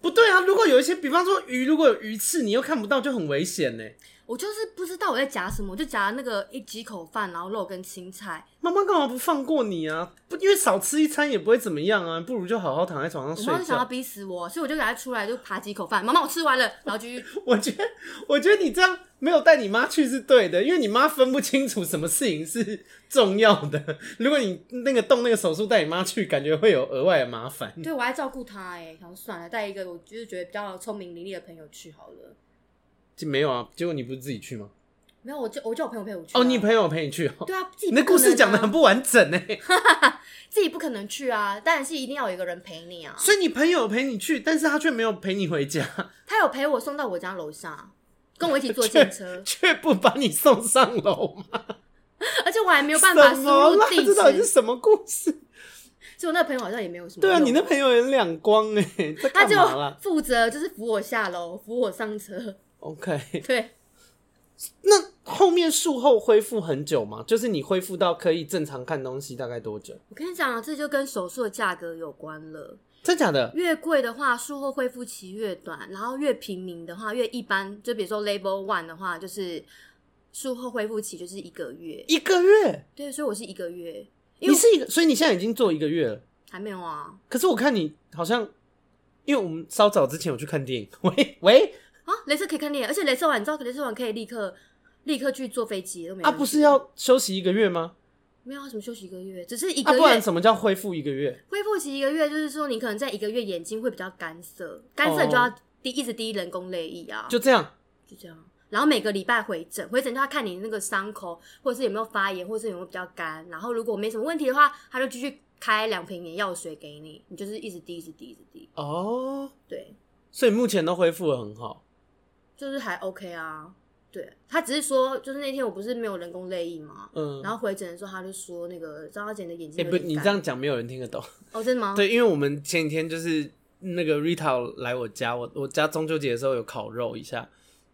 A: 不对啊！如果有一些，比方说鱼，如果有鱼刺，你又看不到，就很危险呢。
B: 我就是不知道我在夹什么，我就夹那个一几口饭，然后肉跟青菜。
A: 妈妈干嘛不放过你啊？不，因为少吃一餐也不会怎么样啊，不如就好好躺在床上
B: 我妈就
A: 睡
B: 想要
A: 觉。
B: 逼死我，所以我就给她出来就扒几口饭。妈妈，我吃完了，然后继续。
A: 我觉得，我觉得你这样没有带你妈去是对的，因为你妈分不清楚什么事情是重要的。如果你那个动那个手术带你妈去，感觉会有额外的麻烦。
B: 对我还照顾她哎、欸，想说算了，带一个我就是觉得比较聪明伶俐的朋友去好了。
A: 就没有啊，结果你不是自己去吗？
B: 没有，我叫我叫我朋友陪我去啊、
A: 哦，你朋友陪你去、哦。
B: 对啊，自 己
A: 你
B: 不
A: 的
B: 可
A: 故事
B: 能
A: 讲的
B: 啊
A: 很不完整呢、欸
B: 自己不可能去啊，当然是一定要有一个人陪你啊。
A: 所以你朋友陪你去，但是他却没有陪你回家，，
B: 他有陪我送到我家楼下，跟我一起坐电车
A: 却不把你送上楼吗？
B: 而且我还没有办法
A: 什
B: 输
A: 么
B: 入
A: 啦？
B: 地
A: 这到底是
B: 址，
A: 什么故事？
B: 所以我那个朋友好像也没有什么
A: 对啊，
B: 用
A: 你那朋友很两光哎、在
B: 他
A: 干
B: 就
A: 嘛啦
B: 负责就是扶我下楼，扶我上车，
A: ？OK，
B: 对，
A: 那后面术后恢复很久吗？就是你恢复到可以正常看东西大概多久？
B: 我跟你讲啊，这就跟手术的价格有关了。
A: 真假的？
B: 越贵的话，术后恢复期越短；然后越平民的话，越一般。就比如说 Level One 的话，就是术后恢复期就是一个月。
A: 一个月？
B: 对，所以我是一个月，
A: 你
B: 因为
A: 是一个，所以你现在已经做一个月了。
B: 还没有啊
A: 可是我看你好像，因为我们稍早之前有去看电影。 喂喂，
B: 啊！镭射可以看脸，而且镭射完，你知道镭射完可以立刻立刻去坐飞机都没
A: 啊，
B: 问
A: 不
B: 题
A: 是要休息一个月吗？
B: 没有啊什么休息一个月，只是一
A: 啊，
B: 个
A: 不
B: 月、
A: 然什么叫恢复一个月？
B: 恢复期一个月，就是说你可能在一个月眼睛会比较干涩，干涩你就要滴、一直滴人工泪液
A: 哦
B: 啊，
A: 就这样。
B: 就这样。然后每个礼拜回诊，回诊就要看你那个伤口，或者是有没有发炎，或者是有没有比较干。然后如果没什么问题的话，他就继续开两瓶眼药水给你，你就是一直滴，一直滴，一直滴。
A: 哦，
B: 对，
A: 所以目前都恢复的很好。
B: 就是还 OK 啊。对他只是说，就是那天我不是没有人工泪液嘛，
A: 嗯，
B: 然后回诊的时候他就说那个张小姐的眼睛
A: 哎、
B: 有
A: 不，
B: 点
A: 你
B: 干
A: 这样讲没有人听得懂。
B: 哦，真的吗？，
A: 对，因为我们前几天就是那个 Rita 来我家，我我家中秋节的时候有烤肉一下，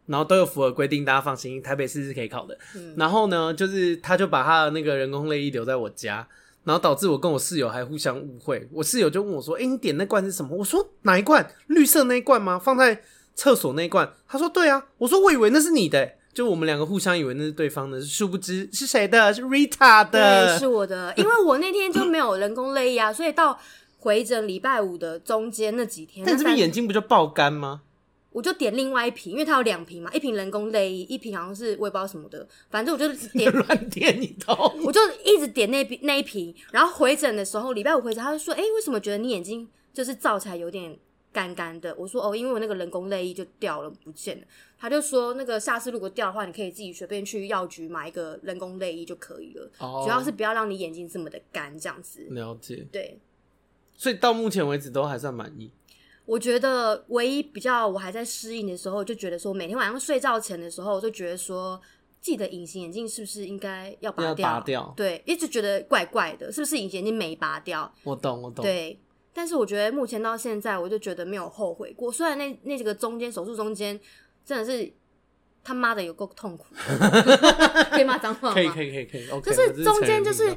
A: 然后都有符合规定，大家放心，台北市是可以烤的。
B: 嗯，
A: 然后呢，就是他就把他的那个人工泪液留在我家，然后导致我跟我室友还互相误会。我室友就问我说：“哎、你点那罐是什么？”我说：“哪一罐？绿色那一罐吗？放在厕所那一罐？”他说：“对啊。”我说：“我以为那是你的、就我们两个互相以为那是对方的，殊不知是谁的？是 Rita
B: 对，
A: 的。
B: 是我的，因为我那天就没有人工泪液啊，所以到回诊礼拜五的中间那几天，
A: 但你这边
B: 那三
A: 眼睛不就爆干吗？
B: 我就点另外一瓶，因为它有两瓶嘛，一瓶人工泪液，一瓶好像是我也不知道什么的，反正我就点，
A: 乱点你 头。
B: 我就一直点那瓶那一瓶。然后回诊的时候，礼拜五回诊，他就说：“哎、为什么觉得你眼睛就是照起来有点干干的？”我说：“哦，因为我那个人工泪液就掉了，不见了。”他就说：“那个下次如果掉的话，你可以自己随便去药局买一个人工泪液就可以了，
A: 哦
B: 主要是不要让你眼睛这么的干这样子。
A: 了解，”
B: 对，
A: 所以到目前为止都还算满意。
B: 我觉得唯一比较我还在适应的时候，就觉得说每天晚上睡觉前的时候，就觉得说自己的隐形眼镜是不是应该要拔
A: 要
B: 掉？
A: 拔掉
B: 对，一直觉得怪怪的，是不是隐形眼镜没拔掉？
A: 我懂，我懂。
B: 对。但是我觉得目前到现在，我就觉得没有后悔过。虽然那那几个中间手术中间真的是他妈的有够痛苦 的，可以骂脏话吗？
A: 可以，可以，可以，可以。OK，
B: 就
A: 我这
B: 是中间就
A: 成人
B: 是
A: 礼貌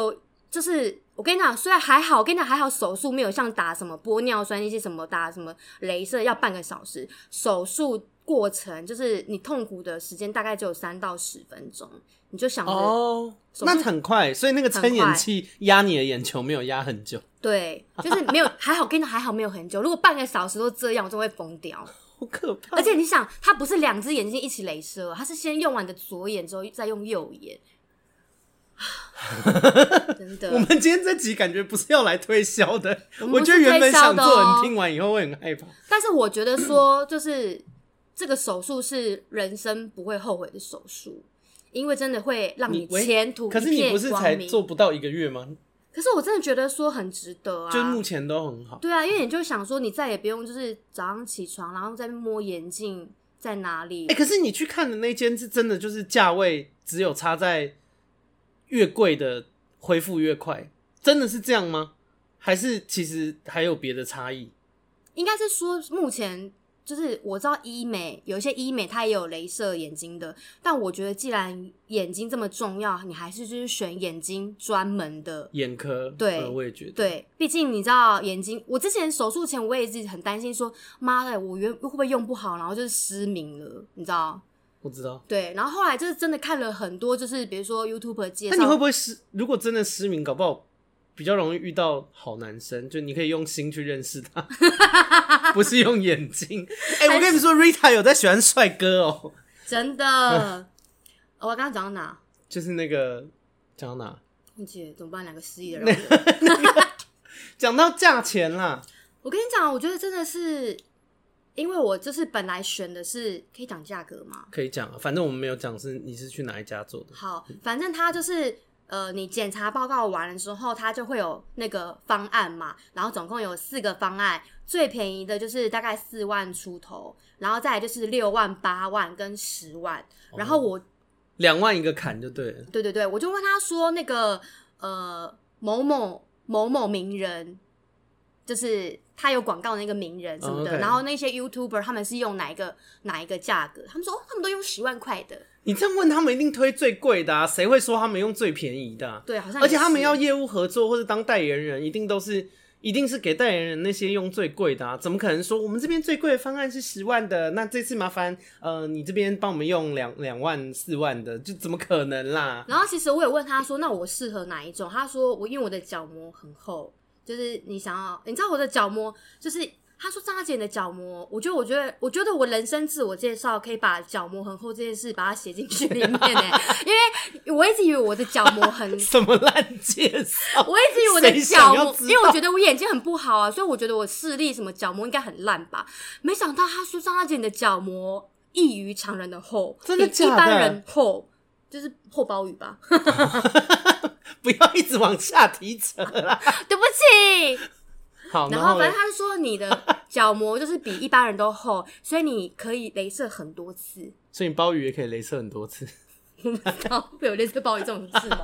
B: 有，就是我跟你讲，虽然还好，我跟你讲还好，手术没有像打什么玻尿酸那些什么打什么镭射要半个小时，手术过程就是你痛苦的时间大概只有三到十分钟，你就想着、
A: 哦，
B: 手术
A: 那很快，所以那个
B: 很
A: 撑眼
B: 快
A: 器压你的眼球没有压很 久。
B: 对，就是没有 还好，我跟你讲还好没有很久，如果半个小时都这样，我真的会疯掉。
A: 好可怕！
B: 而 且你想，他不是两只眼睛一起镭射，哦他是先用完你的左眼之后再用右眼。真的，
A: 我们今天这集感觉不是要来推销的，
B: 我们
A: 我
B: 不
A: 觉得
B: 是
A: 原本
B: 推销
A: 想
B: 的
A: 做，
B: 哦
A: 你听完以后会很害怕。
B: 但是我觉得说，就是这个手术是人生不会后悔的手术，因为真的会让
A: 你喂
B: 前途
A: 可是
B: 一
A: 你
B: 片
A: 不是
B: 光
A: 才
B: 明
A: 做不到一个月吗？
B: 可是我真的觉得说很值得啊，
A: 就目前都很好。
B: 对啊，因为你就想说，你再也不用就是早上起床，然后再摸眼镜在哪里
A: 哎、。可是你去看的那间是真的，就是价位只有差在越贵的恢复越快，真的是这样吗？还是其实还有别的差异？
B: 应该是说，目前就是我知道医美有一些医美它也有镭射眼睛的，但我觉得既然眼睛这么重要，你还是就是选眼睛专门的。
A: 眼科，
B: 对
A: 呃我也觉得，，
B: 对，毕竟你知道眼睛，我之前手术前我也是很担心说妈的，我原会不会用不好，然后就是失明了，你知道？
A: 我知道。
B: 对，然后后来就是真的看了很多，就是比如说 YouTube 介绍，
A: 那你会不会失？如果真的失明，搞不好比较容易遇到好男生，就你可以用心去认识 他，不是用眼睛。 哎、我跟你说，Rita 有在喜欢帅哥哦、
B: 真
A: 嗯
B: 的。哦我刚刚讲到哪？
A: 就是那个讲到哪？
B: 忘记了，怎么办？两个失忆 的人。
A: 讲到价钱啦，
B: 我跟你讲，我觉得真的是，因为我就是本来选的是可以讲价格嘛。
A: 可以讲啊，反正我们没有讲是你是去哪一家做的。
B: 好，反正它就是呃，你检查报告完了之后，它就会有那个方案嘛。然后总共有四个方案，最便宜的就是大概四万出头，然后再来就是六万、八万跟十万。然后我
A: 两万一个砍就对了。
B: 对对对，我就问他说那个呃某某某某名人，就是他有广告的那个名人什么的
A: 哦，OK
B: 然后那些 YouTuber 他们是用哪一个哪一个价格？他们说、哦、他们都用十万块的，
A: 你这样问他们，一定推最贵的啊！谁会说他们用最便宜的、啊？
B: 对，好像
A: 而且他们
B: 也是
A: 要业务合作或者当代言人，一定都是一定是给代言人那些用最贵的啊！怎么可能说我们这边最贵的方案是十万的？那这次麻烦呃你这边帮我们用两两万四万的，就怎么可能啦？
B: 然后其实我也问他说，那我适合哪一种？他说我因为我的角膜很厚，就是你想要，你知道我的角膜就是。他说：“张大姐，你的角膜，我觉得，我觉得，我觉得我人生自我介绍可以把角膜很厚这件事把它写进去里面呢、 因为我一直以为我的角膜很，
A: 什么烂介绍？
B: 我一直以为我的
A: 谁
B: 角
A: 想要
B: 膜，
A: 知
B: 因为我
A: 道
B: 觉得我眼睛很不好啊，所以我觉得我视力什么角膜应该很烂吧。没想到他说张大姐你的角膜异于常人的厚，
A: 真的
B: 比
A: 假
B: 一般
A: 的
B: 人厚，就是厚包雨吧。
A: 不要一直往下提扯 啦。
B: 对不起，
A: 好，
B: 然
A: 哦然
B: 后
A: 后
B: 反
A: 嘞
B: 正他就说 你的角膜就是比一般人都厚，所以你可以镭射很多 次。哦
A: 所以你鲍鱼也可以镭射很多 次。
B: 我不知道会有镭射暴雨这种 事吗？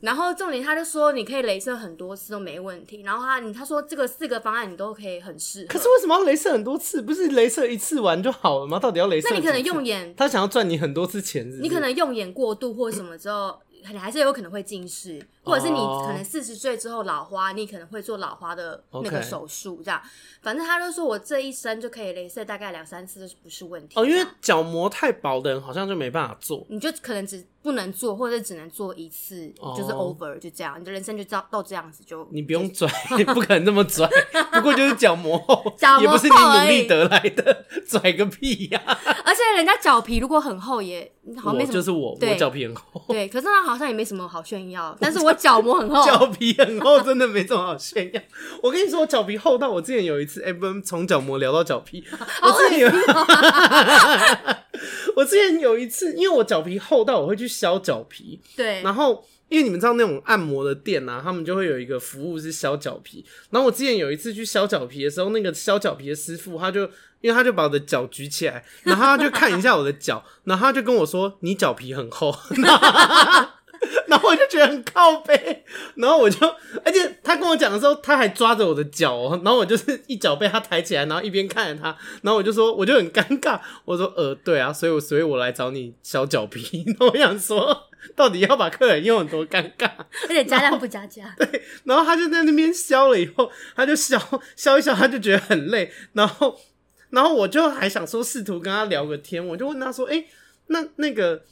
B: 然后重点，他就说你可以镭射很多次都没问题。然后他你他说这个四个方案你都可以很适合，
A: 可是为什么要镭射很多次？不是镭射一次完就好了吗？到底要镭射？
B: 那你可能用眼，
A: 他想要赚你很多次钱是不是
B: 你可能用眼过度或什么之后，你还是有可能会近视，或者是你
A: 哦
B: 可能四十岁之后老花，你可能会做老花的那个
A: OK
B: 手术这样。反正他就说我这一生就可以镭射大概两三次，就是不是问题。
A: 哦，因
B: 这
A: 为
B: 样
A: 角膜太薄的人好像就没办法做。
B: 你就可能只不能做，或者只能做一次，
A: 哦
B: 就是 over 就这样，你的人生就到到这样子就
A: 你不用拽， 不可能这么 拽。不过就是角膜厚，
B: 角膜厚
A: 也不是你努力得来的，拽个屁呀、
B: 而且人家脚皮如果很厚也，好像
A: 我
B: 没什么。
A: 就是我，
B: 对
A: 我脚皮很厚，
B: 对，可是那好像也没什么好炫耀，但是我角膜很厚，
A: 脚皮很厚，真的没什么好炫耀。我跟你说，我脚皮厚到我之前有一次，哎、不不，从角膜聊到脚 皮，我之前有，
B: 哦
A: 我之前有一次，因为我脚皮厚到我会去削脚皮，
B: 对，
A: 然后因为你们知道那种按摩的店啊，他们就会有一个服务是削脚皮。然后我之前有一次去削脚皮的时候，那个削脚皮的师傅他就。因为他就把我的脚举起来，然后他就看一下我的脚，然后他就跟我说：“你脚皮很厚。” 然后我就觉得很靠背，然后我就，而且他跟我讲的时候，他还抓着我的脚、哦，然后我就是一脚被他抬起来，然后一边看着他，然后我就说，我就很尴尬，我说，呃，对啊，所以我所以我来找你削脚皮，然后我想说，到底要把客人用得多尴尬，
B: 而且加量不加价，
A: 然后他就在那边削了以后，他就削削一削，他就觉得很累，然后然后我就还想说试图跟他聊个天，我就问他说，哎、那那个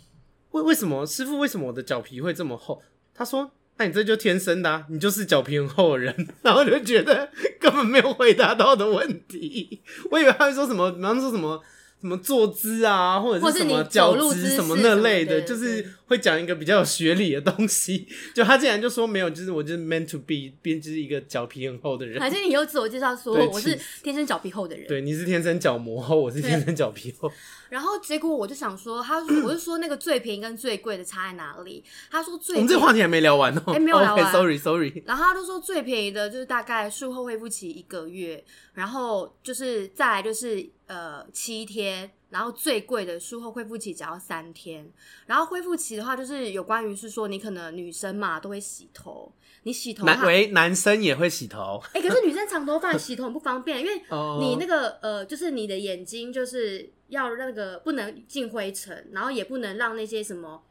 A: 为为什么师傅为什么我的脚皮会这么厚？他说。那你这就天生的、啊，你就是脚皮很厚的人， 然后我就觉得根本没有回答到我的问题。我以为他会说什么，比方说什么什么坐姿啊，或者
B: 或
A: 是
B: 是
A: 什么
B: 你
A: 脚
B: 走路
A: 趾
B: 姿势
A: 什么
B: 什
A: 那
B: 么
A: 类的，
B: 对
A: 就是
B: 对
A: 会讲一个比较有学理的东西。就他竟然就说没有，就是我就是 meant to be，编就是一个脚皮很厚的人。
B: 反正你又自我介绍说
A: 对
B: 我
A: 气
B: 是天生脚皮厚的人，
A: 对，你是天生脚膜厚，我是
B: 啊
A: 天生脚皮厚。
B: 然后结果我就想说，他我就说那个最便宜跟最贵的差在哪里？他说最
A: 我
B: 便
A: 们这个话题还没聊完哦、
B: 哎没 有聊完
A: o k sorry sorry。
B: 然后他就说最便宜的就是大概术后恢复期一个月，然后就是再来就是呃七天，然后最贵的术后恢复期只要三天。然后恢复期的话，就是有关于是说你可能女生嘛都会洗头，你洗头的
A: 男
B: 话，
A: 喂，男生也会洗头
B: 哎、可是女生长头发洗头很不方便，因为
A: 哦
B: 你那个呃，就是你的眼睛就是要那个不能进灰尘，然后也不能让那些什么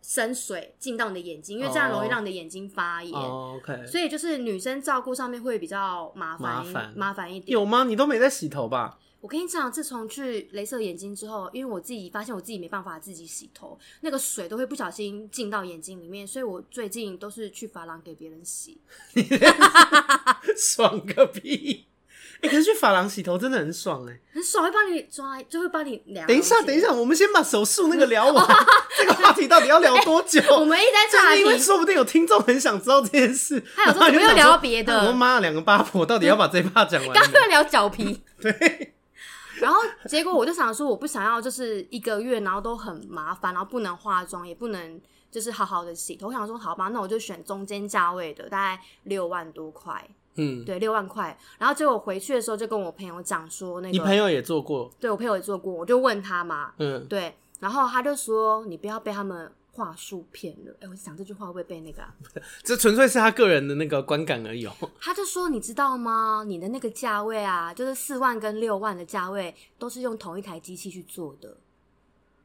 B: 生水进到你的眼睛，因为这样容易
A: 哦
B: 让你的眼睛发炎。
A: 哦，OK。
B: 所以就是女生照顾上面会比较麻
A: 麻
B: 烦一
A: 烦
B: 麻烦一点。
A: 有吗？你都没在洗头吧？
B: 我跟你讲，自从去镭射眼睛之后，因为我自己发现我自己没办法自己洗头，那个水都会不小心进到眼睛里面，所以我最近都是去发廊给别人洗。
A: 爽个屁！哎、可是去发廊洗头真的很爽哎、
B: 很爽，会帮你抓，就会帮你量。
A: 等一下，等一，下，我们先把手术那个聊 完，这个话题到底要聊多久？
B: 我们一直
A: 就
B: 在岔
A: 是因为
B: 题。
A: 说不定有听众很想知道这件 事，
B: 他有
A: 然
B: 说
A: 后你就
B: 怎么又
A: 想
B: 聊到别的
A: 哎我妈，两个八婆到底要把这一趴讲 完了
B: 刚刚
A: 没？
B: 在聊 脚皮。对。然后结果我就想说，我不想要就是一个月，然后都很麻烦，然后不能化妆，也不能就是好好的洗头。我想说，好吧，那我就选中间价位的，大概六万多块，
A: 嗯，
B: 对，六万块。然后结果回去的时候就跟我朋友讲说，那
A: 你朋
B: 个
A: 友也做过，
B: 对我朋友也做过，我就问他嘛，
A: 嗯，
B: 对，然后他就说你不要被他们话术骗了。哎，我想这句话会不会被那个啊、
A: 这纯粹是他个人的那个观感而已、哦。
B: 他就说：“你知道吗？你的那个价位啊，就是四万跟六万的价位，都是用同一台机器去做的，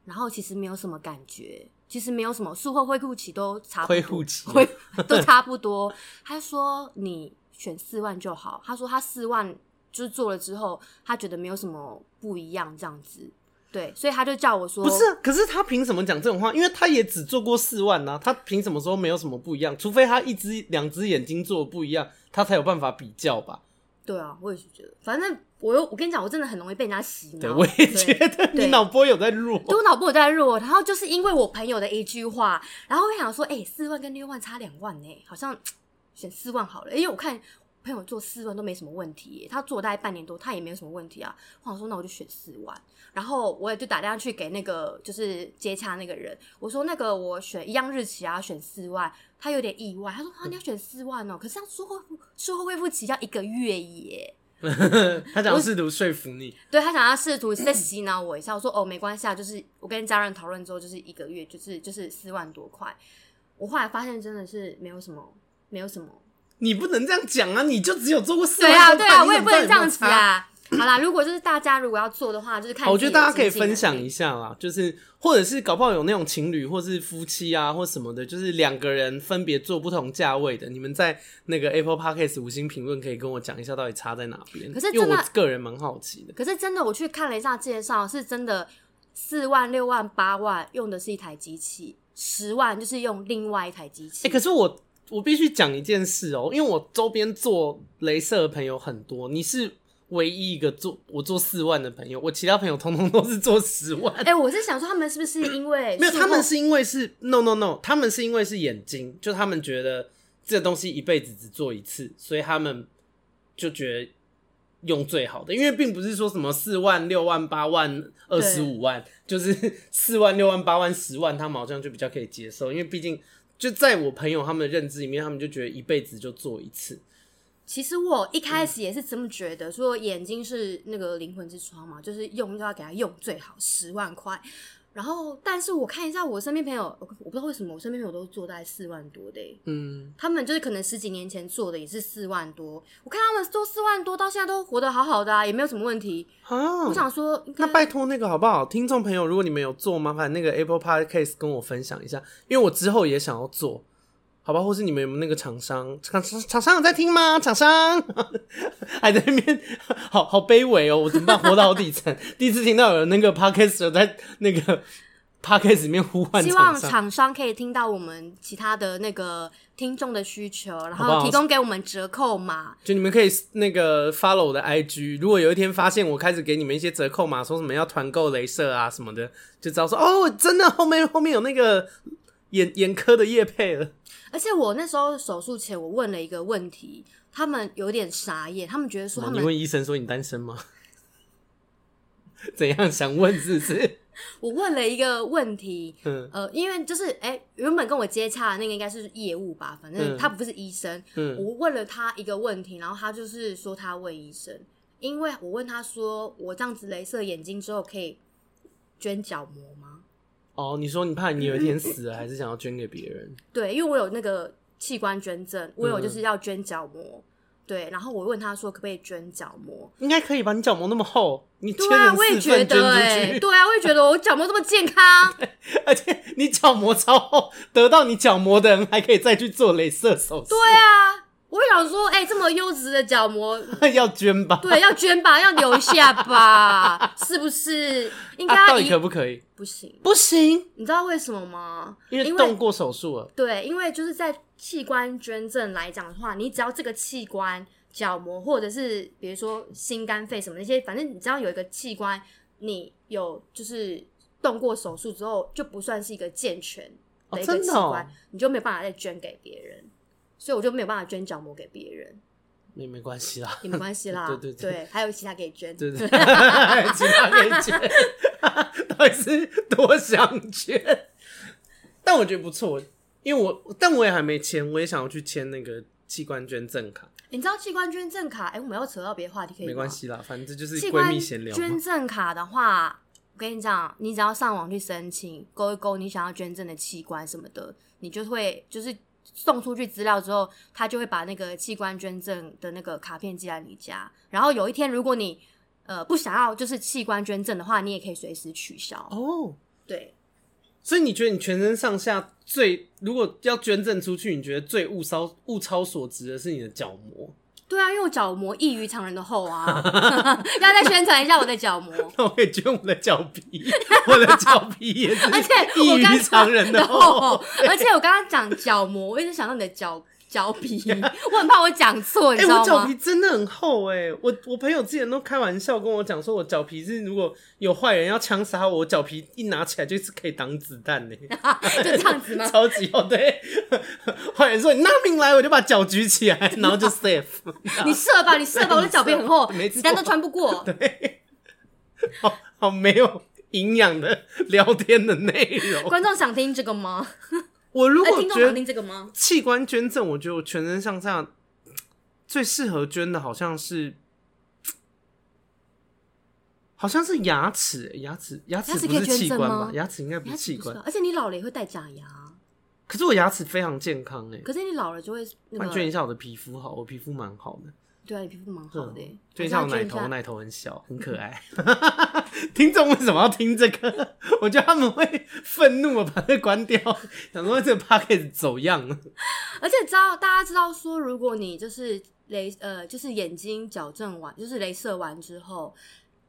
B: 然后其实没有什么感觉，其实没有什么术后恢复期都差啊不多
A: 恢复期
B: 恢 都差不多。”他说：“你选四万就好。”他说：“他四万就是做了之后，他觉得没有什么不一样，这样子。”对，所以他就叫我说：“
A: 不是，啊可是他凭什么讲这种话？因为他也只做过四万呐、他凭什么说没有什么不一样？除非他一只两只眼睛做的不一样，他才有办法比较吧？
B: 对啊，我也是觉得，反正我又我跟你讲，我真的很容易被人家洗脑。
A: 对，我也
B: 对
A: 觉得你
B: 对
A: 脑波有在弱。
B: 对我脑波有在弱，然后就是因为我朋友的一句话，然后我想说，哎、四万跟六万差两万呢、好像选四万好了，因为我看朋友做四万都没什么问题耶、他做大概半年多，他也没有什么问题啊。我想说，那我就选四万，然后我也就打电话去给那个就是接洽那个人，我说那个我选一样日期啊，选四万，他有点意外，他说啊你要选四万哦、可是要术后术后恢复期要一个月耶。
A: 他想要试图说服你，
B: 对他想要试图再洗脑我一下，我说哦没关系啊，就是我跟家人讨论之后，就是一个月就是就是四万多块。我后来发现真的是没有什么，没有什么。
A: 你不能这样讲啊！你就只有做过四
B: 对
A: 万
B: 啊
A: 多块，
B: 对啊，
A: 你
B: 我也
A: 怎
B: 不
A: 么知道有
B: 能这
A: 没有
B: 样子
A: 差。
B: 啊。好啦，如果就是大家如果要做的话，就是看
A: 好我
B: 自
A: 觉
B: 己
A: 得
B: 的
A: 大家可以
B: 经济能
A: 分享
B: 力
A: 一下啦，就是或者是搞不好有那种情侣或是夫妻啊或什么的，就是两个人分别做不同价位的，你们在那个 Apple Podcast 五星评论可以跟我讲一下到底差在哪边。
B: 可是
A: 因为
B: 真的
A: 我个人蛮好奇的，
B: 可是真的，我去看了一下介绍，是真的四万、六万、八万用的是一台机器，十万就是用另外一台机器。
A: 哎、可是我我必须讲一件事哦、因为我周边做镭射的朋友很多，你是唯一一个做我做四万的朋友，我其他朋友通通都是做十万。
B: 哎、我是想说他们是不是因为
A: 没有，
B: 术
A: 他们
B: 后
A: 是因为是 no no no，他们是因为是眼睛，就他们觉得这东西一辈子只做一次，所以他们就觉得用最好的，因为并不是说什么四万、六万、八万、二十五万，就是 四万、六万、八万、十万，他们好像就比较可以接受，因为毕竟就在我朋友他们的认知里面，他们就觉得一辈子就做一次，
B: 其实我一
A: 嗯
B: 开始也是这么觉得，说眼睛是那个灵魂之窗嘛，就是用就要给它用最好，十万块。然后，但是我看一下我身边朋友，我我不知道为什么我身边朋友都做大概四万多的欸、
A: 嗯，
B: 他们就是可能十几年前做的也是四万多，我看他们做四万多到现在都活得好好的啊，也没有什么问题。
A: 啊，
B: 我想说，应该
A: 那拜托那个好不好？听众朋友，如果你们有做，麻烦那个 Apple Podcast 跟我分享一下，因为我之后也想要做，好吧？或是你们有没有那个厂商？厂厂厂商有在听吗？厂商 还在那边，好 好卑微哦！我怎么办？活到好底层，第一次听到有那个 Podcast 有在那个 podcast 里面呼唤
B: 希望
A: 厂商，
B: 厂商可以听到我们其他的那个听众的需求，然
A: 好不好
B: 后提供给我们折扣码。
A: 就你们可以那个 follow 我的 IG，如果有一天发现我开始给你们一些折扣码，说什么要团购镭射啊什么的，就知道说哦，真的后面后面有那个眼眼科的叶配了。
B: 而且我那时候手术前，我问了一个问题，他们有点傻眼，他们觉得说他
A: 哦你
B: 们，
A: 问医生说你单身吗？ 怎样想问是不是？
B: 我问了一个问题，
A: 嗯
B: 呃，因为就是哎、原本跟我接洽的那个应该是业务吧，反正
A: 嗯
B: 他不是医生，
A: 嗯
B: 我问了他一个问题，然后他就是说他问医生，因为我问他说我这样子镭射眼睛之后可以捐角膜吗？
A: 哦，你说你怕你有一天死了，还是想要捐给别人？
B: 对，因为我有那个器官捐赠，我有
A: 嗯
B: 就是要捐角膜。对，然后我问他说可不可以捐角膜？
A: 应该可以吧？你角膜那么厚，你缺
B: 对啊，
A: 人
B: 我也
A: 四
B: 觉
A: 份捐
B: 得
A: 出
B: 哎、
A: 去，
B: 对啊，我也觉得我角膜这么健康，
A: 而且你角膜超厚，得到你角膜的人还可以再去做镭射手术。
B: 对啊，我想说，哎、这么优质的角膜，
A: 对，啊 要捐吧？
B: 对，要捐吧，要留下吧，是不是？应该
A: 啊，
B: 要
A: 到底
B: 一、
A: 可不可以？
B: 不行，
A: 不行，
B: 你知道为什么吗？
A: 因为动过手术了。
B: 对，因为就是在器官捐赠来讲的话，你只要这个器官、角膜或者是比如说心、肝、肺什么那些，反正你只要有一个器官，你有就是动过手术之后，就不算是一个健全
A: 哦
B: 的一个
A: 真
B: 器
A: 的哦
B: 官，你就没有办法再捐给别人。所以我就没有办法捐角膜给别人，
A: 也没关系啦，
B: 也没关系啦。
A: 对对对
B: 还有其他可以捐。
A: 对对，其他可以捐，到底是多想捐？但我觉得不错，因为我但我也还没签，我也想要去签那个器官捐赠卡，
B: 你知道器官捐赠卡？哎、我们要扯到别的话题可以吗？
A: 没关系啦，反正这就是
B: 器
A: 闺
B: 官
A: 蜜闲聊
B: 捐
A: 嘛。
B: 赠卡的话，我跟你讲，你只要上网去申请，勾一勾你想要捐赠的器官什么的，你就会就是送出去资料之后，他就会把那个器官捐赠的那个卡片寄来你家。然后有一天，如果你呃不想要就是器官捐赠的话，你也可以随时取消。
A: 哦，
B: 对，
A: 所以你觉得你全身上下最如果要捐赠出去，你觉得最物超物超所值的是你的角膜？
B: 对啊，因为我角膜异于常人的厚啊， 要再宣传一下我的角膜。
A: 那我也捐我的脚皮，我的脚皮也是
B: 而且
A: 异
B: 我刚
A: 于常人的 厚
B: 哦。，而且我刚刚讲角膜，我一直想到你的脚脚皮， 我很怕我讲错，你
A: 哎、
B: 知
A: 我
B: 道
A: 脚
B: 吗
A: 皮？真的很厚哎、我我朋友之前都开玩笑跟我讲说，我脚皮是如果有坏人要枪杀我，我脚皮一拿起来就是可以挡子弹 呢、？
B: 就这样子吗
A: 超级厚。对，坏人说你拿命来，我就把脚举起来，然后就 safe。
B: 你射吧，你射吧，我的脚皮很厚
A: 没，错
B: 子弹都穿不过。
A: 好好没有营养的聊天的内容。
B: 观众想听这个吗？
A: 我如
B: 哎，
A: 果
B: 听众
A: 觉
B: 想
A: 得
B: 听这个吗？
A: 器官捐赠，我觉得我全身上下最适合捐的好像是。好像是牙齿、牙齿、牙齿
B: 牙齿
A: 不
B: 可以
A: 是
B: 捐
A: 器
B: 赠
A: 官
B: 吗
A: 吧？牙齿应该不
B: 牙
A: 是
B: 齿
A: 器
B: 不是吧
A: 官。
B: 而且你老了也会戴假牙，
A: 可是我牙齿非常健康哎、欸，
B: 可是你老了就会那
A: 那捐一
B: 个，
A: 下我的皮肤好，我皮肤蛮好的。
B: 对啊，你皮肤蛮好的耶。
A: 捐一嗯
B: 还
A: 下我
B: 是要
A: 奶
B: 捐
A: 头，我奶头很小，很可爱。听众为什么要听这个？ 我觉得他们会愤怒，我把这关掉，想说这个 p o c k e t 走样了。
B: 而且知道大家知道说，如果你就是雷呃，就是眼睛矫正完，就是镭射完之后，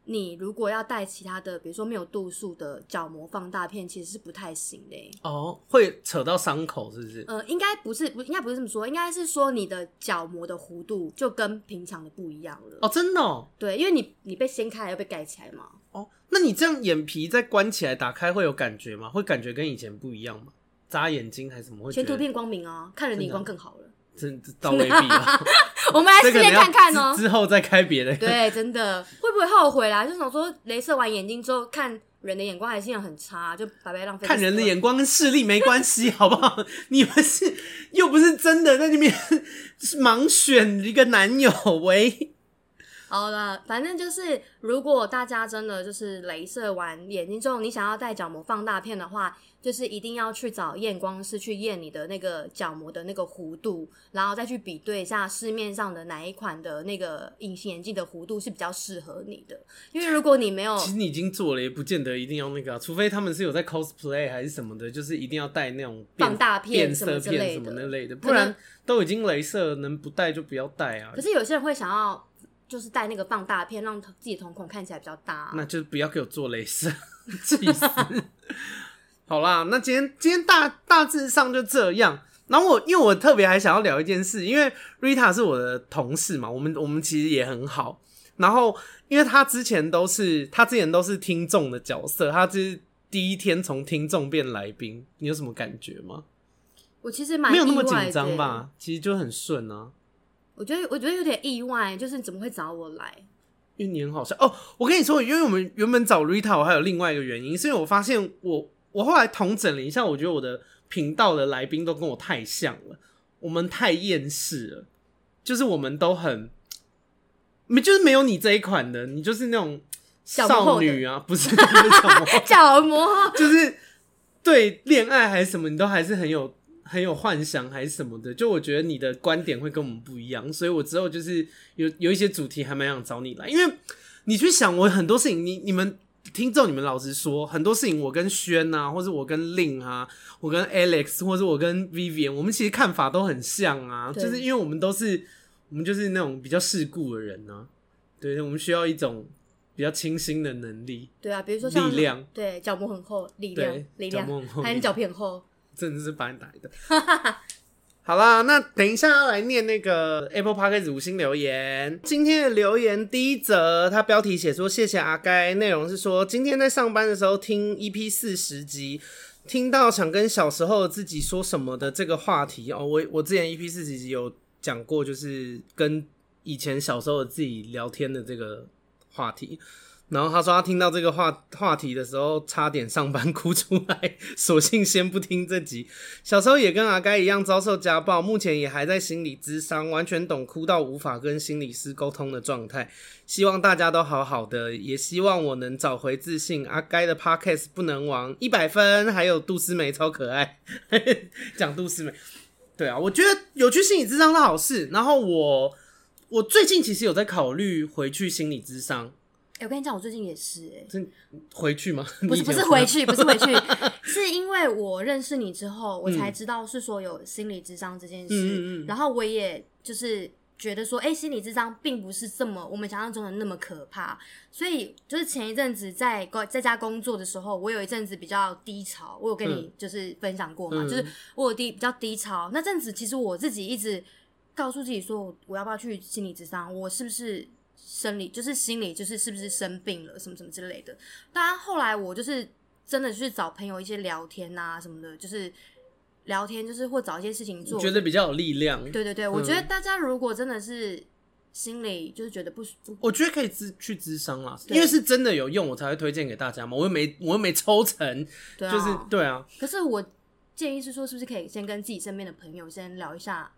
B: 你如果要戴其他的，比如说没有度数的角膜放大片，其实是不太行的耶。
A: 哦，会扯到伤口是不是？
B: 呃，应该不是不应该不是这么说，应该是说你的角膜的弧度就跟平常的不一样了。
A: 哦，真的哦。
B: 对，因为你你被掀开来又被盖起来嘛，
A: 哦，那你这样眼皮再关起来打开会有感觉吗？会感觉跟以前不一样吗？扎眼睛还是什么？会觉
B: 前
A: 得
B: 途变光明啊，看着你
A: 真的啊
B: 光更好了。
A: 真这倒未必 啊，
B: 我们来
A: 这
B: 试
A: 个
B: 验
A: 等下
B: 看看哦、
A: 之之后再开别的。
B: 对，真的会不会后悔啦？就想说，镭射完眼睛之后，看人的眼光还是一样很差，就白白浪费。
A: 看人的，眼光跟视力没关系，好不好？ 你们是又不是真的在那边 盲选一个男友喂？
B: 好了，反正就是，如果大家真的就是镭射完眼睛之后，你想要戴角膜放大片的话，就是一定要去找验光师去验你的那个角膜的那个弧度，然后再去比对一下市面上的哪一款的那个隐形眼镜的弧度是比较适合你的。因为如果你没有，
A: 其实你已经做了，也不见得一定要那个、啊，除非他们是有在 cosplay 还是什么的，就是一定要带那种变
B: 放大片
A: 变
B: 什么
A: 色
B: 之
A: 片
B: 类
A: 什么
B: 的
A: 那类的，
B: 可
A: 不然
B: 能
A: 都已经镭射，能不戴就不要戴啊
B: 可。是有些人会想要就是戴那个放大片，让自己瞳孔看起来比较大啊、
A: 那就不要给我做镭射，气死！好啦，那今天今天大大致上就这样。然后我因为我特别还想要聊一件事，因为 Rita 是我的同事嘛，我们我们其实也很好。然后因为他之前都是他之前都是听众的角色，他是第一天从听众变来宾，你有什么感觉吗？
B: 我其实蛮
A: 没有那么
B: 意外
A: 紧张
B: 的欸
A: 吧？其实就很顺啊。
B: 我觉得我觉得有点意外，就是你怎么会找我来？
A: 因为你很好笑哦。我跟你说，因为我们原本找 Rita，我还有另外一个原因，是因为我发现我我后来统整了一下，我觉得我的频道的来宾都跟我太像了，我们太厌世了，就是我们都很，没就是没有你这一款的，你就是那种
B: 小幕
A: 少
B: 后的
A: 女啊，不是不是小幕后
B: 角膜，
A: 就是对恋爱还是什么，你都还是很有很有幻想还是什么的。就我觉得你的观点会跟我们不一样，所以我之后就是有有一些主题还蛮想找你来，因为你去想我很多事情，你你们。听众，你们老实说，很多事情我跟轩啊，或者我跟令啊，我跟 Alex，或者我跟 Vivian，我们其实看法都很像啊，
B: 对
A: 就是因为我们都是我们就是那种比较世故的人啊，对，我们需要一种比较清新的能力，
B: 对啊，比如说像
A: 力量，
B: 对，角膜很厚，力量
A: 对，，
B: 力
A: 讲
B: 量，
A: 梦后
B: 还有你脚皮很厚，
A: 真的是把你打一顿。好啦，那等一下要来念那个 Apple Podcast 五星留言。今天的留言第一则，它标题写说“谢谢阿该”，内容是说今天在上班的时候听 EP 四十集，听到想跟小时候的自己说什么的这个话题哦。我我之前 EP 四十集有讲过，就是跟以前小时候的自己聊天的这个话题。然后他说他听到这个话话题的时候，差点上班哭出来， 索性先不听这集。小时候也跟阿该一样遭受家暴，目前也还在心理咨商，完全懂哭到无法跟心理师沟通的状态。希望大家都好好的，也希望我能找回自信。阿该的 podcast 不能亡，一百分，还有杜思梅超可爱， 讲杜思梅。对啊，我觉得有去心理咨商是好事。然后我我最近其实有在考虑回去心理咨商，
B: 哎、我跟你讲，我最近也是、哎，
A: 真回去吗？ 你
B: 不是
A: 以
B: 不
A: 前
B: 是
A: 有
B: 回去，不是 回去，是因为我认识你之后，我才知道是说有心理智商这件事，
A: 嗯嗯嗯嗯
B: 然后我也就是觉得说，哎、心理智商并不是这么我们想象中的那么可怕，所以就是前一阵子在工在家工作的时候，我有一阵子比较低潮，我有跟你就是分享过嘛，
A: 嗯
B: 就是我有低比较低潮那阵子，其实我自己一直告诉自己说，我要不要去心理智商，我是不是生理就是心理就是是不是生病了什么什么之类的。但后来我就是真的去找朋友一些聊天呐、什么的，就是聊天，就是或找一些事情做。
A: 觉得比嗯较有力量。
B: 对对对，我觉得大家如果真的是心里就是觉得不舒服，
A: 我觉得可以自去咨商啦，
B: 对啊
A: 因为是真的有用，我才会推荐给大家嘛。我又没我又没抽成，
B: 对啊，
A: 就是对啊。
B: 可是我建议是说，是不是可以先跟自己身边的朋友先聊一下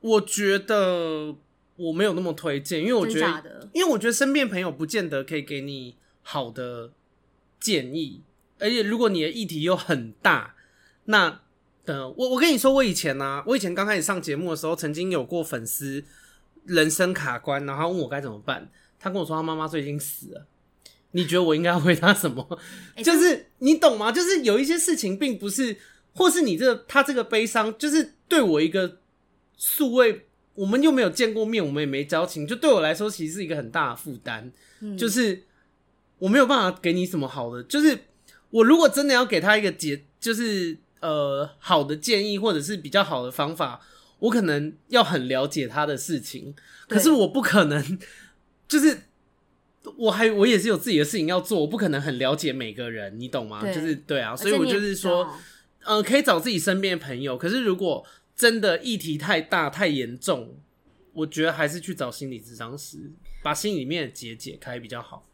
A: 我觉得我没有那么推荐，因为我
B: 真
A: 觉
B: 假
A: 得，
B: 的？
A: 因为我觉得身边朋友不见得可以给你好的建议，而且如果你的议题又很大，那呃，我我跟你说，我以前呢、我以前刚开始上节目的时候，曾经有过粉丝人生卡关，然后他问我该怎么办，他跟我说他妈妈最近死了，你觉得我应该回答什么？
B: 诶
A: 就是你懂吗？就是有一些事情并不是，或是你这他这个悲伤，就是对我一个素未，我们又没有见过面，我们也没交情，就对我来说其实是一个很大的负担。
B: 嗯
A: 就是我没有办法给你什么好的，就是我如果真的要给他一个解，就是呃好的建议或者是比较好的方法，我可能要很了解他的事情，
B: 对
A: 可是我不可能，就是我还我也是有自己的事情要做，我不可能很了解每个人，你懂吗？
B: 对
A: 就是对啊，
B: 而
A: 所以
B: 且
A: 我
B: 你也
A: 就
B: 不
A: 是
B: 知
A: 说，
B: 道
A: 呃，可以找自己身边的朋友，可是如果真的议题太大太严重。我觉得还是去找心理咨商师，把心里面的结解开比较好。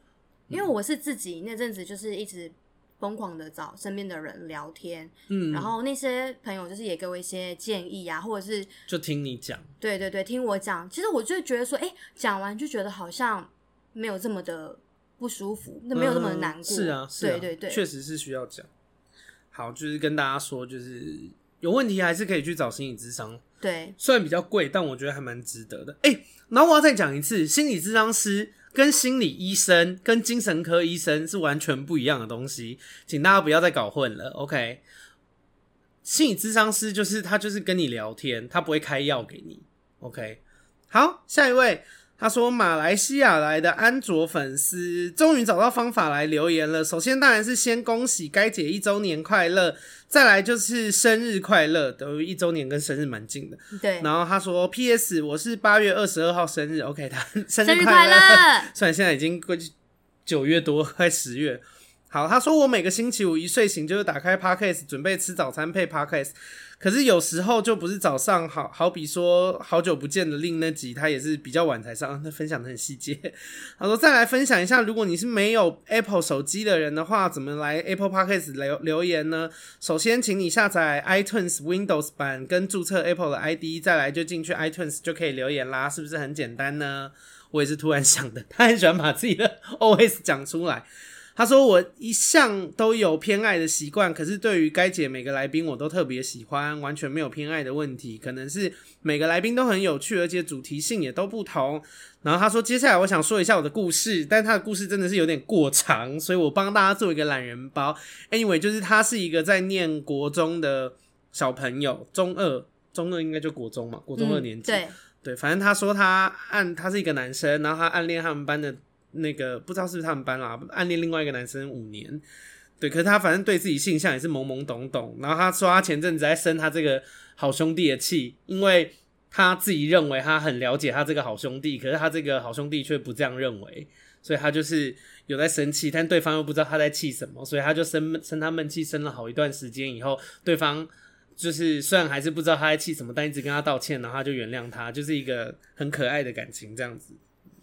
B: 因为我是自己那阵子就是一直疯狂的找身边的人聊天，
A: 嗯，
B: 然后那些朋友就是也给我一些建议啊，或者是
A: 就听你讲，
B: 对对对，听我讲，其实我就觉得说，哎，讲完就觉得好像没有这么的不舒服，那没有那么
A: 嗯
B: 难过。
A: 是啊，是啊
B: 对对对，
A: 确实是需要讲。好，就是跟大家说，就是有问题还是可以去找心理咨商，
B: 对
A: 虽然比较贵，但我觉得还蛮值得的。哎、然后我要再讲一次，心理咨商师跟心理医生跟精神科医生是完全不一样的东西，请大家不要再搞混了。OK，心理咨商师就是他就是跟你聊天，他不会开药给你。OK，好，下一位。他说马来西亚来的安卓粉丝终于找到方法来留言了。首先当然是先恭喜该姐一周年快乐，再来就是生日快乐，等于一周年跟生日蛮近的。
B: 对，
A: 然后他说 P.S. 我是八月二十二号生日，OK，他生
B: 生
A: 日
B: 日
A: 快
B: 快
A: 乐。
B: 乐，
A: 虽然现在已经过去九月多，快十月。好，他说我每个星期五一睡醒就是打开 podcast，准备吃早餐配 podcast。可是有时候就不是早上，好好比说好久不见的另那集，他也是比较晚才上，啊 那分享的很细节。他说再来分享一下，如果你是没有 Apple 手机的人的话，怎么来 Apple Podcast 留留言呢？首先，请你下载 iTunes Windows 版跟注册 Apple 的 ID，再来就进去 iTunes 就可以留言啦，是不是很简单呢？我也是突然想的，他很喜欢把自己的 OS 讲出来。他说：“我一向都有偏爱的习惯，可是对于该姐每个来宾，我都特别喜欢，完全没有偏爱的问题。可能是每个来宾都很有趣，而且主题性也都不同。然后他说，接下来我想说一下我的故事，但他的故事真的是有点过长，所以我帮大家做一个懒人包。Anyway，就是他是一个在念国中的小朋友，中二，中二应该就国中嘛，国中二
B: 嗯
A: 年级。
B: 对，
A: 对，反正他说他暗，他是一个男生，然后他暗恋他们班的那个，不知道是不是他们班啦，暗恋另外一个男生五年。对，可是他反正对自己性向也是懵懵懂懂。然后他说他前阵子在生他这个好兄弟的气，因为他自己认为他很了解他这个好兄弟，可是他这个好兄弟却不这样认为，所以他就是有在生气，但对方又不知道他在气什么，所以他就生闷生他闷气，生了好一段时间以后，对方就是虽然还是不知道他在气什么，但一直跟他道歉，然后他就原谅他，就是一个很可爱的感情这样子，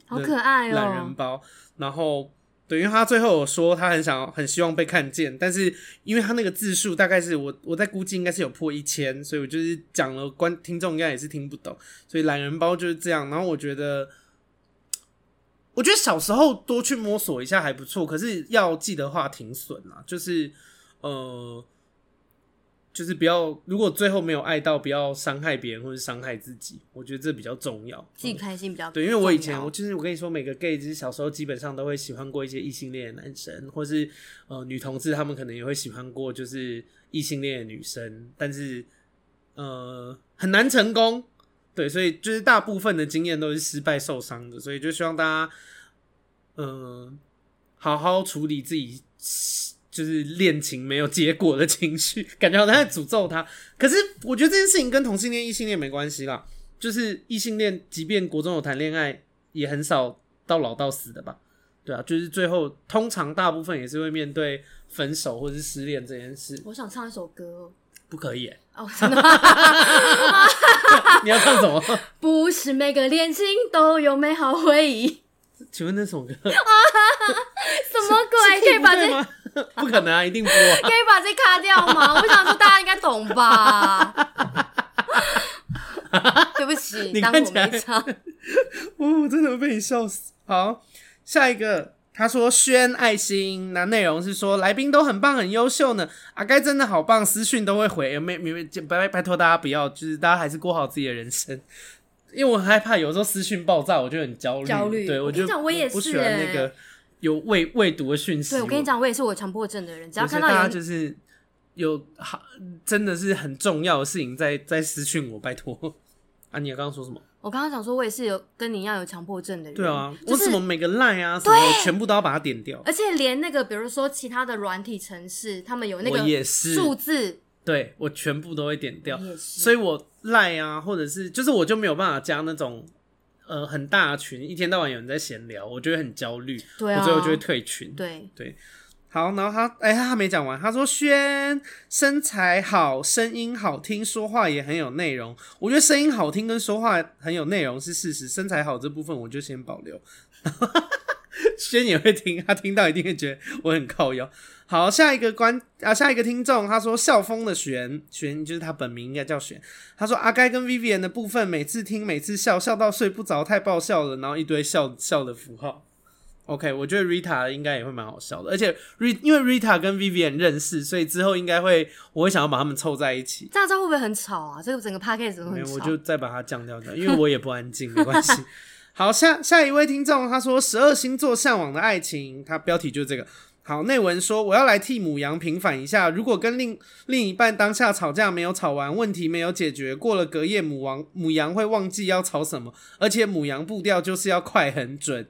B: 好可爱
A: 懒人
B: 哦，
A: 包。然后对，因为他最后有说他很想很希望被看见，但是因为他那个字数大概是我我在估计应该是有破一千，所以我就是讲了观听众应该也是听不懂，所以懒人包就是这样。然后我觉得。我觉得小时候多去摸索一下还不错，可是要记得话停损啦，就是呃，就是不要如果最后没有爱到，不要伤害别人或是伤害自己，我觉得这比较重要。
B: 自己开心比较
A: 对，因为我以
B: 重
A: 前
B: 要
A: 我就是我跟你说，每个 gay 就是小时候基本上都会喜欢过一些异性恋的男生，或是呃女同志，他们可能也会喜欢过就是异性恋的女生，但是呃很难成功。对，所以就是大部分的经验都是失败受伤的，所以就希望大家嗯、呃好好处理自己就是恋情没有结果的情绪，感觉好像在诅咒他。可是我觉得这件事情跟同性恋、异性恋没关系啦。就是异性恋，即便国中有谈恋爱，也很少到老到死的吧？对啊，就是最后通常大部分也是会面对分手或是失恋这件事，
B: 我想唱一首歌
A: 不可以耶、
B: 哦，哦，真的吗
A: 你要唱什么？
B: 不是每个恋情都有美好回忆，
A: 请问那首 歌
B: 什么鬼？可以把这
A: 对吗？ 不可能啊，一定播、啊
B: 可。以把这卡掉吗？我想说大家应该懂 吧。 对不起，
A: 你
B: 当
A: 看
B: 我
A: 起来
B: 没唱。
A: 哦，我真的被你笑死。好，下一个，他说轩爱心，那内容是说来宾都很棒，很优秀呢。阿该真的好棒，私讯都会回，没没没，拜拜拜托大家不要，就是大家还是过好自己的人生。因为我很害怕，有时候私讯爆炸，我就很焦虑。
B: 焦虑
A: 对
B: 我跟
A: 就
B: 你讲我也
A: 不喜
B: 是
A: 欢
B: 欸
A: 那个有未未读的讯息。
B: 对，啊我跟你，讲，我也是我强迫症的人，只要
A: 有时
B: 看
A: 候大
B: 到
A: 家
B: 有
A: 就是有好，真的是很重要的事情在在私讯我，拜托。啊，你刚刚说什么？
B: 我刚刚想说，我也是有跟你一样有强迫症的人。
A: 对啊，
B: 就
A: 我
B: 是
A: 怎么每个 line 啊什么，我全部都要把它点掉。
B: 而且连那个，比如说其他的软体城市，他们有那
A: 我
B: 个
A: 也是
B: 数字，
A: 对我全部都会点掉
B: 我，也是
A: 所以我赖啊，或者是就是我就没有办法加那种呃很大的群，一天到晚有人在闲聊，我就会很焦虑，
B: 对啊
A: 我最后就会退群。
B: 对，
A: 好，然后他哎、他还没讲完，他说轩身材好，声音好听，说话也很有内容。我觉得声音好听跟说话很有内容是事实，身材好这部分我就先保留。 轩也会听，他听到一定会觉得我很靠腰。好，下一个观啊，下一个听众他说校风的璇，璇就是他本名应该叫璇。他说阿该跟 Vivian 的部分，每次听每次笑，笑到睡不着，太爆笑了，然后一堆笑笑的符号。OK，我觉得 Rita 应该也会蛮好笑的，而且 Rita 因为 Rita 跟 Vivian 认识，所以之后应该会我会想要把他们凑在一起。
B: 这样子会不会很吵啊？这个整个 p a c k a g e
A: 没
B: 很
A: 有，
B: 吵。
A: 我就再把它降掉掉，因为我也不安静，没关 系。好，下下一位听众他说十二星座向往的爱情，他标题就是这个。好，内文说我要来替母羊平反一下，如果跟另另一半当下吵架没有吵完，问题没有解决，过了隔夜母王母羊会忘记要吵什么，而且母羊步调就是要快很准。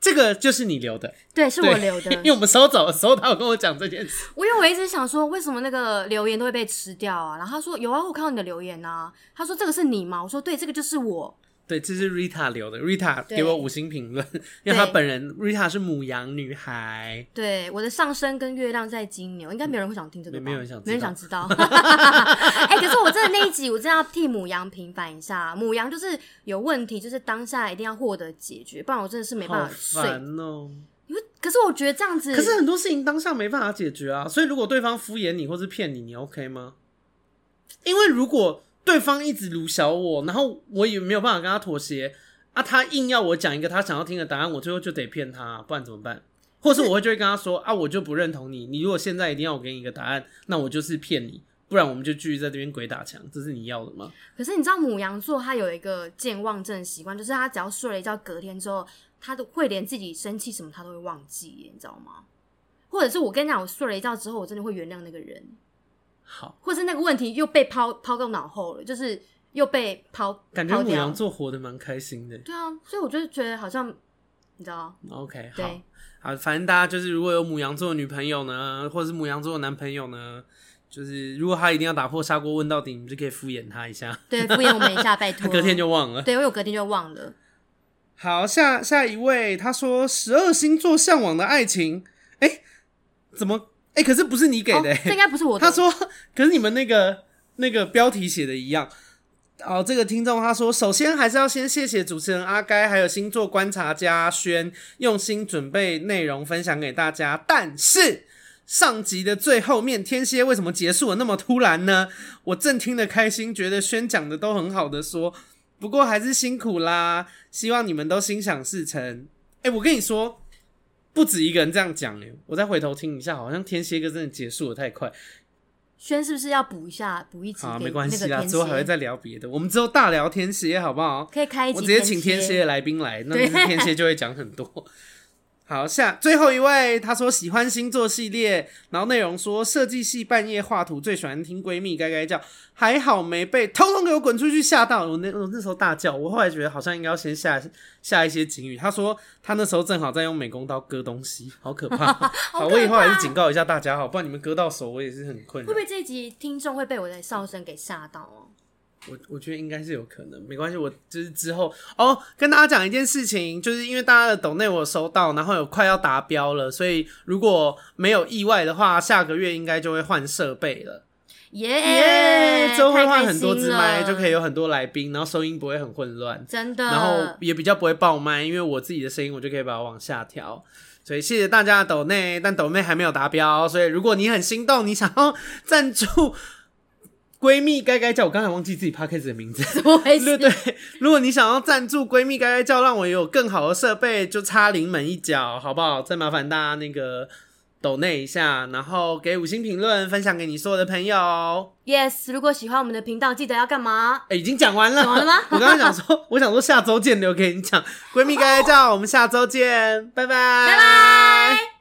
A: 这个就是你留的，
B: 对，是我
A: 对
B: 留的，
A: 因为我们收走的时候，他有跟我讲这件事。
B: 我因为我一直想说，为什么那个留言都会被吃掉啊？然后他说有啊，我看到你的留言啊。他说这个是你吗？我说对，这个就是我。
A: 对，这是 Rita 留的，Rita
B: 对
A: 给我五星评论，因为她
B: 对
A: 本人 Rita 是母羊女孩。
B: 对，我的上升跟月亮在金牛，应该没有人会想听这个吧？
A: 没没有人想知道
B: 没人想知道。 哎、可是我真的那一集，我真的要替母羊平反一下。母羊就是有问题，就是当下一定要获得解决，不然我真的是没办
A: 好
B: 法睡。
A: 烦哦、
B: 因为可是我觉得这样子，
A: 可是很多事情当下没办法解决啊，所以如果对方敷衍你或是骗你，你 OK 吗？因为如果对方一直鲁小我，然后我也没有办法跟他妥协啊，他硬要我讲一个他想要听的答案，我最后就得骗他，不然怎么办？或是我会就会跟他说啊，我就不认同你，你如果现在一定要我给你一个答案，那我就是骗你，不然我们就继续在这边鬼打墙，这是你要的吗？
B: 可是你知道母羊座它有一个健忘症习惯，就是他只要睡了一觉，隔天之后，他都会连自己生气什么他都会忘记耶，你知道吗？或者是我跟你讲，我睡了一觉之后，我真的会原谅那个人，
A: 好，
B: 或是那个问题又被抛抛到脑后了，就是又被抛
A: 感觉
B: 抛
A: 母
B: 掉
A: 羊座活得蛮开心的。
B: 对啊，所以我就觉得好像你知道，
A: OK，好
B: 对，
A: 啊，反正大家就是如果有母羊座的女朋友呢，或者是母羊座的男朋友呢，就是如果他一定要打破砂锅问到底，你们就可以敷衍他一下，
B: 对敷衍我们一 下，拜
A: 他
B: 托。
A: 隔天就忘了。
B: 对，我有隔天就忘了。
A: 好，下下一位，他说十二星座向往的爱情，哎、怎么？哎、可是不是你给的、
B: 哦，这应该不是我的。
A: 他说，可是你们那个那个标题写的一样。哦，这个听众他说，首先还是要先谢谢主持人阿该，还有星座观察家轩用心准备内容分享给大家。但是上集的最后面，天蝎为什么结束的那么突然呢？我正听得开心，觉得轩讲的都很好的说，不过还是辛苦啦，希望你们都心想事成。哎、我跟你说，不止一个人这样讲哎、我再回头听一下，好像天蝎哥真的结束的太快。
B: 轩是不是要补一下，补一集
A: 好，
B: 给
A: 没关系
B: 那
A: 啦，
B: 个天
A: 之后还会
B: 蝎
A: 再聊别的。我们之后大聊天蝎，好不好？
B: 可以开一集。
A: 我直接请天蝎的来宾来，那
B: 对
A: 就是天蝎就会讲很多。 好，下最后一位，他说喜欢星座系列，然后内容说设计系半夜画图，最喜欢听闺蜜该该叫，还好没被通通给我滚出去吓到。我那我那时候大叫，我后来觉得好像应该要先下下一些警语。他说他那时候正好在用美工刀割东西，好可 怕。好，我以后还是警告一下大家，好，不然你们割到手，我也是很困
B: 会
A: 扰
B: 不。会这一集听众会被我的笑声给吓到哦？
A: 我我觉得应该是有可能，没关系，我就是之后哦，跟大家讲一件事情，就是因为大家的抖内我有收到，然后有快要达标了，所以如果没有意外的话，下个月应该就会换设备了，
B: 耶
A: 耶、之后会
B: 太开
A: 换很多
B: 心
A: 支麦，
B: 了
A: 就可以有很多来宾，然后收音不会很混乱，
B: 真的。
A: 然后 也比较不会爆麦，因为我自己的声音我就可以把它往下调。所以谢谢大家的抖内，但抖内还没有达标，所以如果你很心动，你想要赞助闺蜜该该叫，我刚才忘记自己 p a c k a g e 的名字，
B: 怎么
A: 对
B: 回事？
A: 对，如果你想要赞助闺蜜该该叫，让我有更好的设备，就差临门一脚，好不好？再麻烦大家那个抖内一下，然后给五星评论，分享给你所有的朋友哦。
B: Yes，如果喜欢我们的频道，记得要干嘛？
A: 哎，已经讲完了，
B: 讲完了吗
A: 我刚刚想说，我想说下周见，留给你讲。闺蜜该该叫，我们下周见，拜拜，拜
B: 拜。